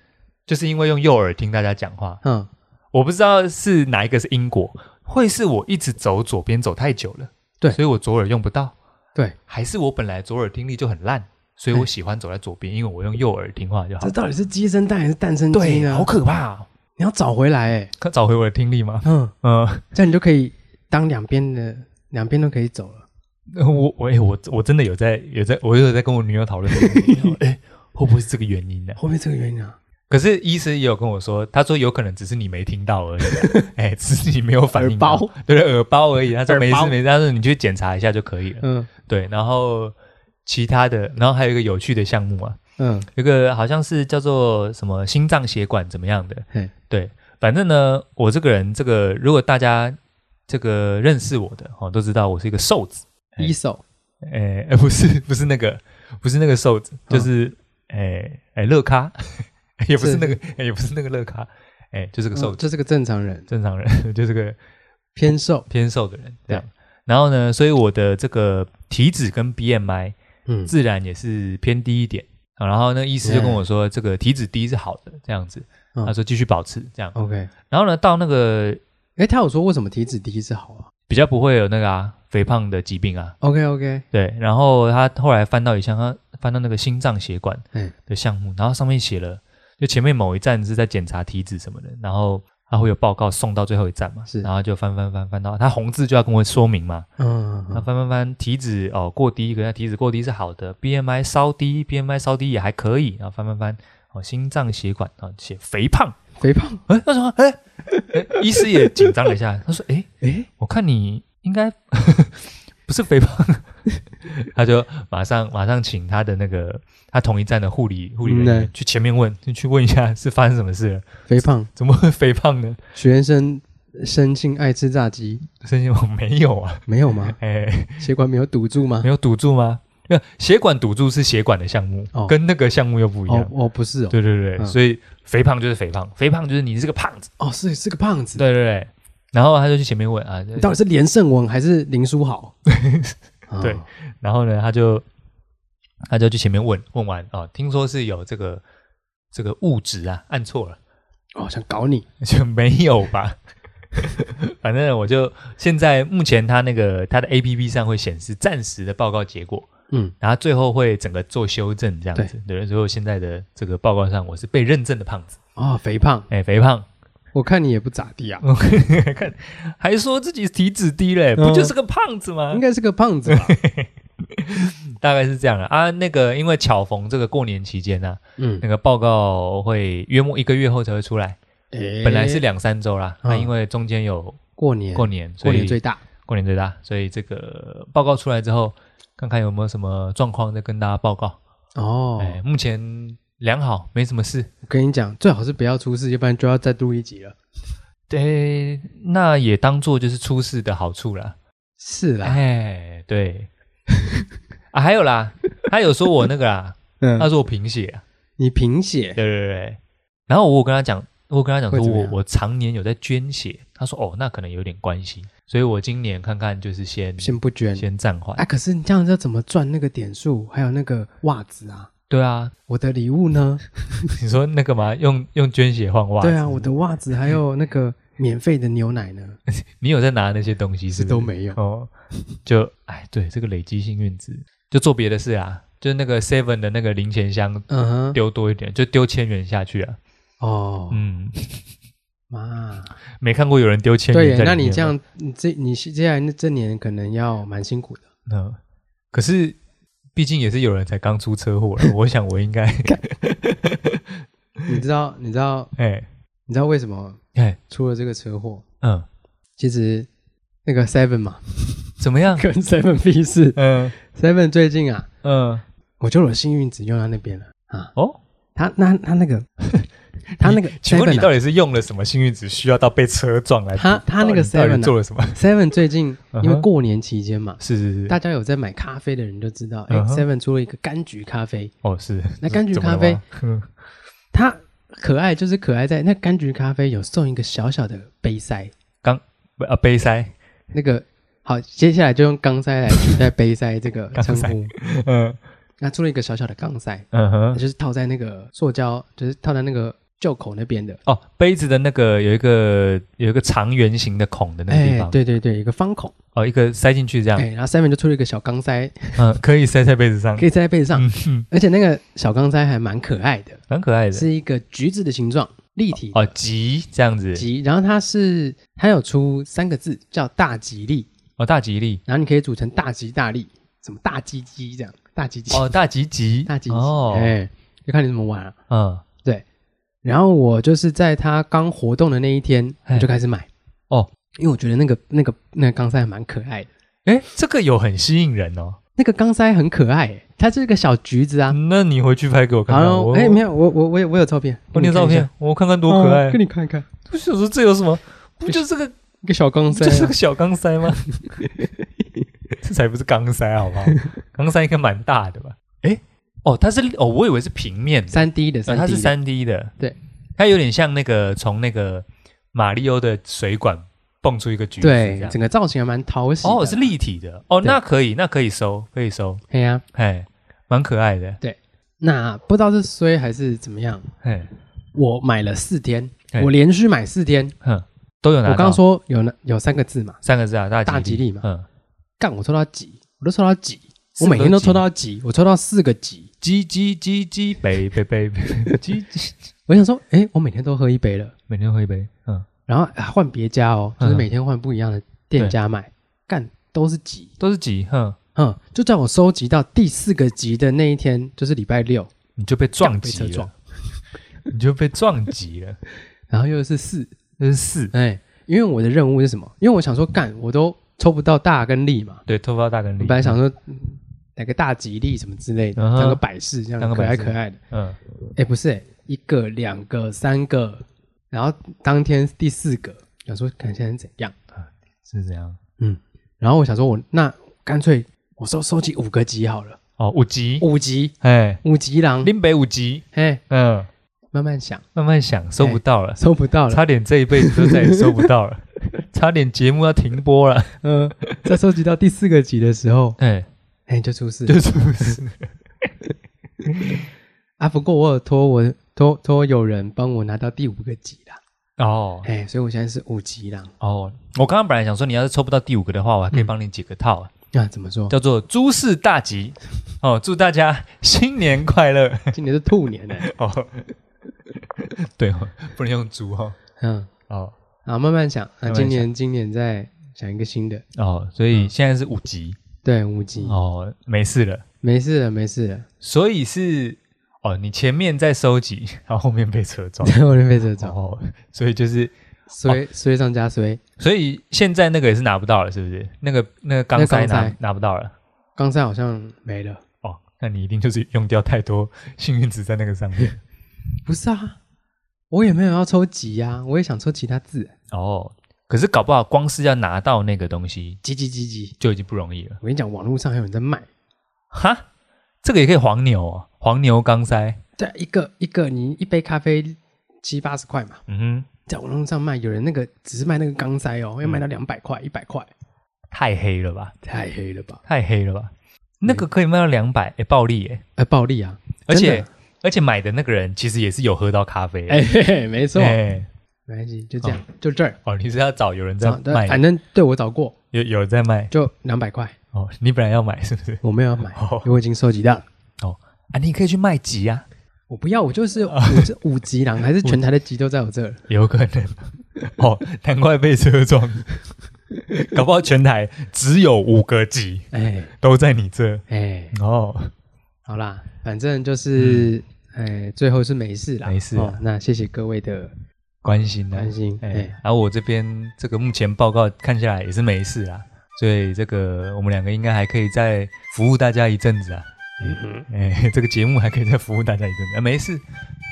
[SPEAKER 1] 就是因为用右耳听大家讲话。
[SPEAKER 2] 嗯，
[SPEAKER 1] 我不知道是哪一个是因果，会是我一直走左边走太久了，
[SPEAKER 2] 对
[SPEAKER 1] 所以我左耳用不到，
[SPEAKER 2] 对，
[SPEAKER 1] 还是我本来左耳听力就很烂，所以我喜欢走在左边，因为我用右耳听话就好
[SPEAKER 2] 这。啊到底是鸡生蛋还是蛋生鸡
[SPEAKER 1] 对，
[SPEAKER 2] 呢
[SPEAKER 1] 好？可怕、哦，
[SPEAKER 2] 你要找回来，哎，
[SPEAKER 1] 可找回我的听力吗？
[SPEAKER 2] 嗯，
[SPEAKER 1] 嗯、
[SPEAKER 2] 这样你就可以当两边的两边都可以走了。
[SPEAKER 1] 我我、欸、我我真的有在有在，我有在跟我女友讨论这个
[SPEAKER 2] [laughs]
[SPEAKER 1] 问题，哎、欸，会不会是这个原因呢、
[SPEAKER 2] 后面这个原因啊，
[SPEAKER 1] 可是医师也有跟我说，他说有可能只是你没听到而已啊，
[SPEAKER 2] [laughs]
[SPEAKER 1] 哎、只是你没有反应到
[SPEAKER 2] 耳包，
[SPEAKER 1] 对耳包而已。他说
[SPEAKER 2] 耳
[SPEAKER 1] 没
[SPEAKER 2] 包
[SPEAKER 1] 事没事，他说你去检查一下就可以了。
[SPEAKER 2] 嗯
[SPEAKER 1] 对，然后其他的，然后还有一个有趣的项目啊，
[SPEAKER 2] 嗯，
[SPEAKER 1] 有一个好像是叫做什么心脏血管怎么样的
[SPEAKER 2] 嘿，
[SPEAKER 1] 对，反正呢，我这个人，这个如果大家这个认识我的哦，都知道我是一个瘦子。哎
[SPEAKER 2] 一手
[SPEAKER 1] 诶、呃不是不是那个不是那个瘦子，就是诶诶乐咖，也不是
[SPEAKER 2] 嗯是嗯
[SPEAKER 1] 那个也不是那个乐咖，诶、就是个瘦子，
[SPEAKER 2] 这是个正常人，
[SPEAKER 1] 正常人 [laughs] 就是个
[SPEAKER 2] 偏瘦，
[SPEAKER 1] 偏瘦的人这样。然后呢，所以我的这个体脂跟 BMI
[SPEAKER 2] 嗯，
[SPEAKER 1] 自然也是偏低一点。啊然后那医师就跟我说，这个体脂低是好的，这样子。
[SPEAKER 2] 嗯哦
[SPEAKER 1] 他说继续保持这样。
[SPEAKER 2] OK，
[SPEAKER 1] 然后呢，到那个
[SPEAKER 2] 哎，他有说为什么体脂低是好啊
[SPEAKER 1] 比较不会有那个啊肥胖的疾病啊，
[SPEAKER 2] ？OK OK，
[SPEAKER 1] 对，然后他后来翻到一项，他翻到那个心脏血管
[SPEAKER 2] 嗯
[SPEAKER 1] 的项目，然后上面写了，就前面某一站是在检查体脂什么的，然后他会有报告送到最后一站嘛，
[SPEAKER 2] 是
[SPEAKER 1] 然后就翻翻翻翻到他红字就要跟我说明嘛，
[SPEAKER 2] 嗯，
[SPEAKER 1] 那翻翻翻体脂哦过低，可是他体脂过低是好的，BMI 稍低，BMI 稍低也还可以，然后翻翻翻哦心脏血管哦写肥胖，
[SPEAKER 2] 肥胖，
[SPEAKER 1] 哎他说哎，哎医师也紧张了一下，他说哎
[SPEAKER 2] 哎，
[SPEAKER 1] 我看你应该不是肥胖，啊 [laughs] 他就马上马上请他的那个他同一站的护理护理人
[SPEAKER 2] 嗯
[SPEAKER 1] 员
[SPEAKER 2] 对
[SPEAKER 1] 去前面问，就去问一下是发生什么事了， [laughs]
[SPEAKER 2] 肥胖，
[SPEAKER 1] 怎么会肥胖呢？
[SPEAKER 2] 许先生生性爱吃炸鸡，
[SPEAKER 1] 身心我没有啊， [laughs]
[SPEAKER 2] 没有吗？
[SPEAKER 1] 哎，
[SPEAKER 2] 血管没有堵住吗
[SPEAKER 1] 没？有堵住吗？那血管堵住是血管的项目，
[SPEAKER 2] 哦
[SPEAKER 1] 跟那个项目又不一样。
[SPEAKER 2] 哦哦，不是哦，
[SPEAKER 1] 对对对，
[SPEAKER 2] 嗯
[SPEAKER 1] 所以肥胖就是肥胖，肥胖就是你是个胖子。
[SPEAKER 2] 哦是是个胖子，
[SPEAKER 1] 对对对，然后他就去前面问啊，
[SPEAKER 2] 你到底是连胜文还是林书豪？啊
[SPEAKER 1] 对然后呢，他就他就去前面问问完啊、哦，听说是有这个这个物质啊，按错了，
[SPEAKER 2] 哦，想搞你，
[SPEAKER 1] 就没有吧？反正我就现在目前他那个他的 A P P 上会显示暂时的报告结果，
[SPEAKER 2] 嗯，
[SPEAKER 1] 然后最后会整个做修正这样子。对，所以我现在的这个报告上我是被认证的胖子，
[SPEAKER 2] 哦，肥胖，
[SPEAKER 1] 哎，肥胖， [laughs]
[SPEAKER 2] 我看你也不咋地啊，
[SPEAKER 1] 我看还说自己体脂低嘞，不就是个胖子吗？
[SPEAKER 2] 嗯应该是个胖子
[SPEAKER 1] [laughs]
[SPEAKER 2] 吧？
[SPEAKER 1] 大概是这样的啊。那个因为巧逢这个过年期间呢、啊
[SPEAKER 2] 嗯，
[SPEAKER 1] 那个报告会约莫一个月后才会出来，
[SPEAKER 2] 哎
[SPEAKER 1] 本来是两三周啦，那、
[SPEAKER 2] 嗯
[SPEAKER 1] 因为中间有
[SPEAKER 2] 过年，
[SPEAKER 1] 过年，所
[SPEAKER 2] 过
[SPEAKER 1] 以
[SPEAKER 2] 年最大，
[SPEAKER 1] 过年最大，所以这个报告出来之后，看看有没有什么状况再跟大家报告。
[SPEAKER 2] 哦，
[SPEAKER 1] 哎，目前良好，没什么事。
[SPEAKER 2] 我跟你讲，最好是不要出事，要不然就要再录一集了。
[SPEAKER 1] 对，那也当做就是出事的好处啦。
[SPEAKER 2] 是啦，
[SPEAKER 1] 哎，对， [laughs] 啊，还有啦，他有说我那个啦，他
[SPEAKER 2] 嗯，
[SPEAKER 1] 说我贫血啊，
[SPEAKER 2] 你贫血
[SPEAKER 1] 对对对。然后我有跟他讲，我有跟他讲
[SPEAKER 2] 会
[SPEAKER 1] 说
[SPEAKER 2] 怎么
[SPEAKER 1] 我
[SPEAKER 2] 样
[SPEAKER 1] 我常年有在捐血，他说哦，那可能有点关系，所以我今年看看就是先
[SPEAKER 2] 先不捐，
[SPEAKER 1] 先暂缓
[SPEAKER 2] 哎，。可是你这样要怎么赚那个点数，还有那个袜子啊？
[SPEAKER 1] 对啊，
[SPEAKER 2] 我的礼物呢？
[SPEAKER 1] 你说那个嘛，用用捐血换袜子，
[SPEAKER 2] 对啊，我的袜子还有那个免费的牛奶呢，
[SPEAKER 1] 你有在拿那些东西是
[SPEAKER 2] 是
[SPEAKER 1] 不是
[SPEAKER 2] 都没有。
[SPEAKER 1] 哦，就哎，对，这个累积幸运值，就做别的事啊，就是那个 Seven 的那个零钱箱
[SPEAKER 2] 嗯哼，
[SPEAKER 1] 丢多一点，就丢千元下去啊。
[SPEAKER 2] 哦，
[SPEAKER 1] 嗯，
[SPEAKER 2] 妈，
[SPEAKER 1] 没看过有人丢千
[SPEAKER 2] 对
[SPEAKER 1] 元在
[SPEAKER 2] 耶，那
[SPEAKER 1] 里面
[SPEAKER 2] 你这
[SPEAKER 1] 吗，
[SPEAKER 2] 样，你这你接下来那这年可能要蛮辛苦的。
[SPEAKER 1] 嗯，可是毕竟也是有人才刚出车祸
[SPEAKER 2] [laughs]
[SPEAKER 1] 了，我想我应该
[SPEAKER 2] 你知道，你知道，
[SPEAKER 1] 哎
[SPEAKER 2] 你知道为什么
[SPEAKER 1] 哎
[SPEAKER 2] 出了这个车祸？
[SPEAKER 1] 嗯
[SPEAKER 2] 其实那个 Seven 嘛，
[SPEAKER 1] 怎么
[SPEAKER 2] [laughs]
[SPEAKER 1] 样？
[SPEAKER 2] 跟 Seven 屁事。
[SPEAKER 1] 嗯
[SPEAKER 2] Seven 最近啊，
[SPEAKER 1] 嗯
[SPEAKER 2] 我觉得我幸运只用到那边了啊。
[SPEAKER 1] 哦，
[SPEAKER 2] 他那他那个，他那个
[SPEAKER 1] [laughs] 请问你
[SPEAKER 2] Seven
[SPEAKER 1] 到
[SPEAKER 2] 啊
[SPEAKER 1] 底是用了什么幸运值，需要到被车撞来？
[SPEAKER 2] 他他那个
[SPEAKER 1] 到底到
[SPEAKER 2] Seven
[SPEAKER 1] 底
[SPEAKER 2] 啊
[SPEAKER 1] 做了什么？
[SPEAKER 2] ，Seven 最近
[SPEAKER 1] 嗯哼
[SPEAKER 2] 因为过年期间嘛，
[SPEAKER 1] 是是是，
[SPEAKER 2] 大家有在买咖啡的人就知道，哎
[SPEAKER 1] 嗯哼
[SPEAKER 2] ，Seven 出了一个柑橘咖啡，
[SPEAKER 1] 哦是。
[SPEAKER 2] 那柑橘
[SPEAKER 1] 怎么了
[SPEAKER 2] 咖啡
[SPEAKER 1] 吗， [laughs] 嗯
[SPEAKER 2] 它可爱就是可爱在那柑橘咖啡有送一个小小的杯塞，
[SPEAKER 1] 不啊杯塞，
[SPEAKER 2] 那个好，接下来就用钢塞来取代杯塞这个
[SPEAKER 1] [laughs] 钢塞
[SPEAKER 2] 称呼。
[SPEAKER 1] 嗯
[SPEAKER 2] 那出了一个小小的钢塞，
[SPEAKER 1] 嗯哼，
[SPEAKER 2] 就是套在那个塑胶，就是套在那个袖口那边的。
[SPEAKER 1] 哦，杯子的那个有一个有一个长圆形的孔的那个地
[SPEAKER 2] 哎
[SPEAKER 1] 方，，
[SPEAKER 2] 对对对，一个方孔。
[SPEAKER 1] 哦，一个塞进去这样，
[SPEAKER 2] 哎，然后 Seven 就出了一个小钢塞，
[SPEAKER 1] 嗯，可以塞在杯子上
[SPEAKER 2] 可，以塞在背上，
[SPEAKER 1] 嗯哼，
[SPEAKER 2] [laughs] 而且那个小钢塞还蛮可爱的，
[SPEAKER 1] 蛮可爱的，
[SPEAKER 2] 是一个橘子的形状，立体
[SPEAKER 1] 哦，吉这样子，
[SPEAKER 2] 吉。然后它是它有出三个字叫大吉利，
[SPEAKER 1] 哦，大吉利，
[SPEAKER 2] 然后你可以组成大吉大利，什么大鸡鸡这样，大鸡鸡，
[SPEAKER 1] 哦，大吉吉，
[SPEAKER 2] 大吉鸡，
[SPEAKER 1] 哦，
[SPEAKER 2] 哎，就看你怎么玩了、
[SPEAKER 1] 嗯，
[SPEAKER 2] 然后我就是在它刚活动的那一天，
[SPEAKER 1] 嘿
[SPEAKER 2] 我就开始买
[SPEAKER 1] 哦，
[SPEAKER 2] 因为我觉得那个那个那个钢塞还蛮可爱的，
[SPEAKER 1] 哎，这个有很吸引人哦，
[SPEAKER 2] 那个钢塞很可爱耶，欸它是一个小橘子啊。
[SPEAKER 1] 那你回去嗯拍给我看
[SPEAKER 2] 然
[SPEAKER 1] 看，
[SPEAKER 2] 后
[SPEAKER 1] 我
[SPEAKER 2] 哎，没有，我我我有我有照片，
[SPEAKER 1] 我你
[SPEAKER 2] 给你
[SPEAKER 1] 的照
[SPEAKER 2] 看一
[SPEAKER 1] 片
[SPEAKER 2] 下，，
[SPEAKER 1] 我看看多可
[SPEAKER 2] 哦
[SPEAKER 1] 爱啊
[SPEAKER 2] 给，你看一看，
[SPEAKER 1] 不是我说这有什么？不就是个
[SPEAKER 2] 一个小钢
[SPEAKER 1] 不
[SPEAKER 2] 塞
[SPEAKER 1] 就是
[SPEAKER 2] 啊
[SPEAKER 1] 个，小钢塞
[SPEAKER 2] [laughs]
[SPEAKER 1] 吗？这才不是钢塞，好不好？钢塞应该蛮大的吧？哎，哦，它是哦，我以为是平面的，
[SPEAKER 2] 三 D 的，
[SPEAKER 1] 呃，
[SPEAKER 2] 三 D，
[SPEAKER 1] 它是
[SPEAKER 2] 的
[SPEAKER 1] 三 D 的，
[SPEAKER 2] 对，
[SPEAKER 1] 它有点像那个从那个马里奥的水管蹦出一个橘子这
[SPEAKER 2] 对，
[SPEAKER 1] 样，
[SPEAKER 2] 整个造型还蛮讨喜的。
[SPEAKER 1] 哦，是立体的，哦，
[SPEAKER 2] 对
[SPEAKER 1] 那可以，那可以收，可以收，
[SPEAKER 2] 哎呀，
[SPEAKER 1] 哎，蛮可爱的，
[SPEAKER 2] 那不知道是衰还是怎么样，
[SPEAKER 1] 哎，
[SPEAKER 2] 我买了四天，
[SPEAKER 1] 对
[SPEAKER 2] 我连续买四天。
[SPEAKER 1] 哼，都有拿
[SPEAKER 2] 我
[SPEAKER 1] 到。
[SPEAKER 2] 刚刚说有那有三个字嘛，
[SPEAKER 1] 三个字啊，大
[SPEAKER 2] 大吉利嘛
[SPEAKER 1] 嗯，
[SPEAKER 2] 干我抽到几，我都抽到几，
[SPEAKER 1] 四
[SPEAKER 2] 我
[SPEAKER 1] 个
[SPEAKER 2] 每天都抽到几，我抽到四个几。
[SPEAKER 1] 吉吉吉吉北北北北吉吉，
[SPEAKER 2] 我想说，哎，我每天都喝一杯了，
[SPEAKER 1] 每天喝一杯，嗯，
[SPEAKER 2] 然后、啊换别家哦，就是
[SPEAKER 1] 嗯
[SPEAKER 2] 每天换不一样的店家买，干都是几，
[SPEAKER 1] 都是吉，哼，
[SPEAKER 2] 嗯，就在我收集到第四个集的那一天，就是礼拜六，
[SPEAKER 1] 你就被撞
[SPEAKER 2] 干被
[SPEAKER 1] 急
[SPEAKER 2] 车
[SPEAKER 1] 了 [laughs]
[SPEAKER 2] 撞，，
[SPEAKER 1] 你就被撞急了，
[SPEAKER 2] 然后又是四，
[SPEAKER 1] 这是四，
[SPEAKER 2] 哎，因为我的任务是什么？因为我想说，干我都抽不到大跟利嘛，
[SPEAKER 1] 对，偷包大跟
[SPEAKER 2] 我
[SPEAKER 1] 力，
[SPEAKER 2] 本来想说。嗯来个大吉利什么之类的，
[SPEAKER 1] 嗯哼
[SPEAKER 2] 当个摆饰这
[SPEAKER 1] 当
[SPEAKER 2] 样
[SPEAKER 1] 个
[SPEAKER 2] 可
[SPEAKER 1] 摆
[SPEAKER 2] 爱
[SPEAKER 1] 饰
[SPEAKER 2] 可爱的。
[SPEAKER 1] 嗯，
[SPEAKER 2] 哎，不是、诶一个、两个、三个，然后当天第四个，想说看现在是怎样，
[SPEAKER 1] 是这样，
[SPEAKER 2] 嗯然后我想说我那干脆我收收集五个集好了，
[SPEAKER 1] 哦，五级，
[SPEAKER 2] 五集
[SPEAKER 1] 哎，
[SPEAKER 2] 五集狼，
[SPEAKER 1] 林北五级，
[SPEAKER 2] 哎，
[SPEAKER 1] 嗯。
[SPEAKER 2] 慢慢想，
[SPEAKER 1] 慢慢想，收不到了，
[SPEAKER 2] 收不到了，
[SPEAKER 1] 差点这一辈子都再也收不到 [laughs] 了，差点节目要停播了，
[SPEAKER 2] 嗯、在收集到第四个集的时候，
[SPEAKER 1] 哎，
[SPEAKER 2] 哎、就出事了
[SPEAKER 1] 就是不是？
[SPEAKER 2] 啊。不过我有托我托托有人帮我拿到第五个集啦，
[SPEAKER 1] 哦
[SPEAKER 2] 哎、所以我现在是五集狼
[SPEAKER 1] 哦，我刚刚本来想说，你要是抽不到第五个的话，我还可以帮你解个套，
[SPEAKER 2] 啊。怎么说？
[SPEAKER 1] 叫做诸事大吉。哦，祝大家新年快乐！
[SPEAKER 2] 今年是兔年呢、
[SPEAKER 1] 哦， [laughs] 对哦，不能用猪哦。
[SPEAKER 2] 嗯，
[SPEAKER 1] 哦
[SPEAKER 2] 啊，慢慢想啊，
[SPEAKER 1] 慢慢
[SPEAKER 2] 今年今年再想一个新的，
[SPEAKER 1] 哦，所
[SPEAKER 2] 嗯
[SPEAKER 1] 以现在是五级、
[SPEAKER 2] 对，五集。
[SPEAKER 1] 哦，没事了。
[SPEAKER 2] 没事了，没事了， [laughs]
[SPEAKER 1] 所以是哦，你前面在收集， [laughs] 然后后面被车
[SPEAKER 2] [laughs]
[SPEAKER 1] 撞，
[SPEAKER 2] 我就被这
[SPEAKER 1] 然
[SPEAKER 2] 种
[SPEAKER 1] 后所以就是
[SPEAKER 2] 衰衰上加衰。
[SPEAKER 1] 所以现在那个也是拿不到了，是不是？那个那个钢塞
[SPEAKER 2] 那钢
[SPEAKER 1] 拿
[SPEAKER 2] 塞
[SPEAKER 1] 拿不到了。
[SPEAKER 2] 刚才好像没了，
[SPEAKER 1] 哦，那你一定就是用掉太多幸运值在那个上
[SPEAKER 2] [laughs]
[SPEAKER 1] 面。
[SPEAKER 2] 不是啊，我也没有要抽集呀、我也想抽其他字，
[SPEAKER 1] 哦，可是搞不好光是要拿到那个东西
[SPEAKER 2] 集集集集。
[SPEAKER 1] 就已经不容易了。
[SPEAKER 2] 我跟你讲，网络上还有人在卖，
[SPEAKER 1] 哈，这个也可以黄牛哦，黄牛钢塞。
[SPEAKER 2] 对啊，一个一个你一杯咖啡七八十块嘛，
[SPEAKER 1] 嗯哼，
[SPEAKER 2] 在网络上卖，有人那个只是卖那个钢塞哦，要卖到两百块、一百块，
[SPEAKER 1] 太黑了吧，
[SPEAKER 2] 太黑了吧？
[SPEAKER 1] 太黑了吧。那
[SPEAKER 2] 嗯
[SPEAKER 1] 个可以卖到两百，哎，暴利耶！
[SPEAKER 2] 哎，暴利啊！
[SPEAKER 1] 而且
[SPEAKER 2] 真的，
[SPEAKER 1] 而且买的那个人其实也是有喝到咖啡的。
[SPEAKER 2] 哎，嘿嘿没错，
[SPEAKER 1] 哎，
[SPEAKER 2] 没关系，就这样，就这儿。
[SPEAKER 1] 哦，你是要找有人在
[SPEAKER 2] 啊对
[SPEAKER 1] 卖的，
[SPEAKER 2] 反正对我找过，
[SPEAKER 1] 有有人在卖
[SPEAKER 2] 就两百块，
[SPEAKER 1] 哦。你本来要买是不是？
[SPEAKER 2] 我没有要买
[SPEAKER 1] 哦，
[SPEAKER 2] 因为我已经收集 [laughs] 到了。
[SPEAKER 1] 啊，你可以去卖集啊，
[SPEAKER 2] 我不要，我就是 [laughs] 我这五级
[SPEAKER 1] [laughs]
[SPEAKER 2] 狼，还是全台的级都在我这儿。
[SPEAKER 1] 有可能。哦，难怪被车撞。 [laughs] 搞不好全台只有五个级
[SPEAKER 2] 哎
[SPEAKER 1] 都在你这。
[SPEAKER 2] 哎，
[SPEAKER 1] 哦，
[SPEAKER 2] 好啦，反正就是哎，最后是没事啦，
[SPEAKER 1] 嗯没事
[SPEAKER 2] 哦
[SPEAKER 1] 啊。
[SPEAKER 2] 那谢谢各位的
[SPEAKER 1] 关心呢、
[SPEAKER 2] 关心，
[SPEAKER 1] 哎、
[SPEAKER 2] 哎，
[SPEAKER 1] 然后我这边这个目前报告看下来也是没事啦，所以这个我们两个应该还可以再服务大家一阵子啊。
[SPEAKER 2] 嗯
[SPEAKER 1] 哎、 [laughs] 这个节目还可以再服务大家一阵子，啊、没事，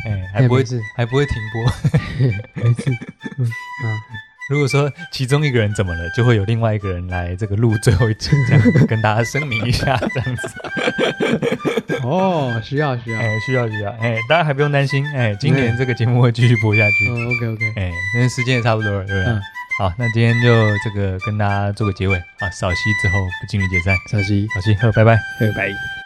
[SPEAKER 1] 哎、还不会、
[SPEAKER 2] 哎没事
[SPEAKER 1] 还不会停播。 [laughs]
[SPEAKER 2] 啊，
[SPEAKER 1] 如果说其中一个人怎么了，就会有另外一个人来这个录最后一集，这样 [laughs] 跟大家声明一
[SPEAKER 2] [laughs]
[SPEAKER 1] 下，这样子。
[SPEAKER 2] 哦，需要需要，
[SPEAKER 1] 哎、需要需要，哎、大家还不用担心，哎、今年这个节目会继续播下去。
[SPEAKER 2] 嗯，OK OK，
[SPEAKER 1] 哎、那时间也差不多了，对不对？
[SPEAKER 2] 嗯，
[SPEAKER 1] 好，那今天就这个跟大家做个结尾啊，扫息之后不进入解散，
[SPEAKER 2] 小西，
[SPEAKER 1] 扫息，呵，拜拜。
[SPEAKER 2] 拜拜。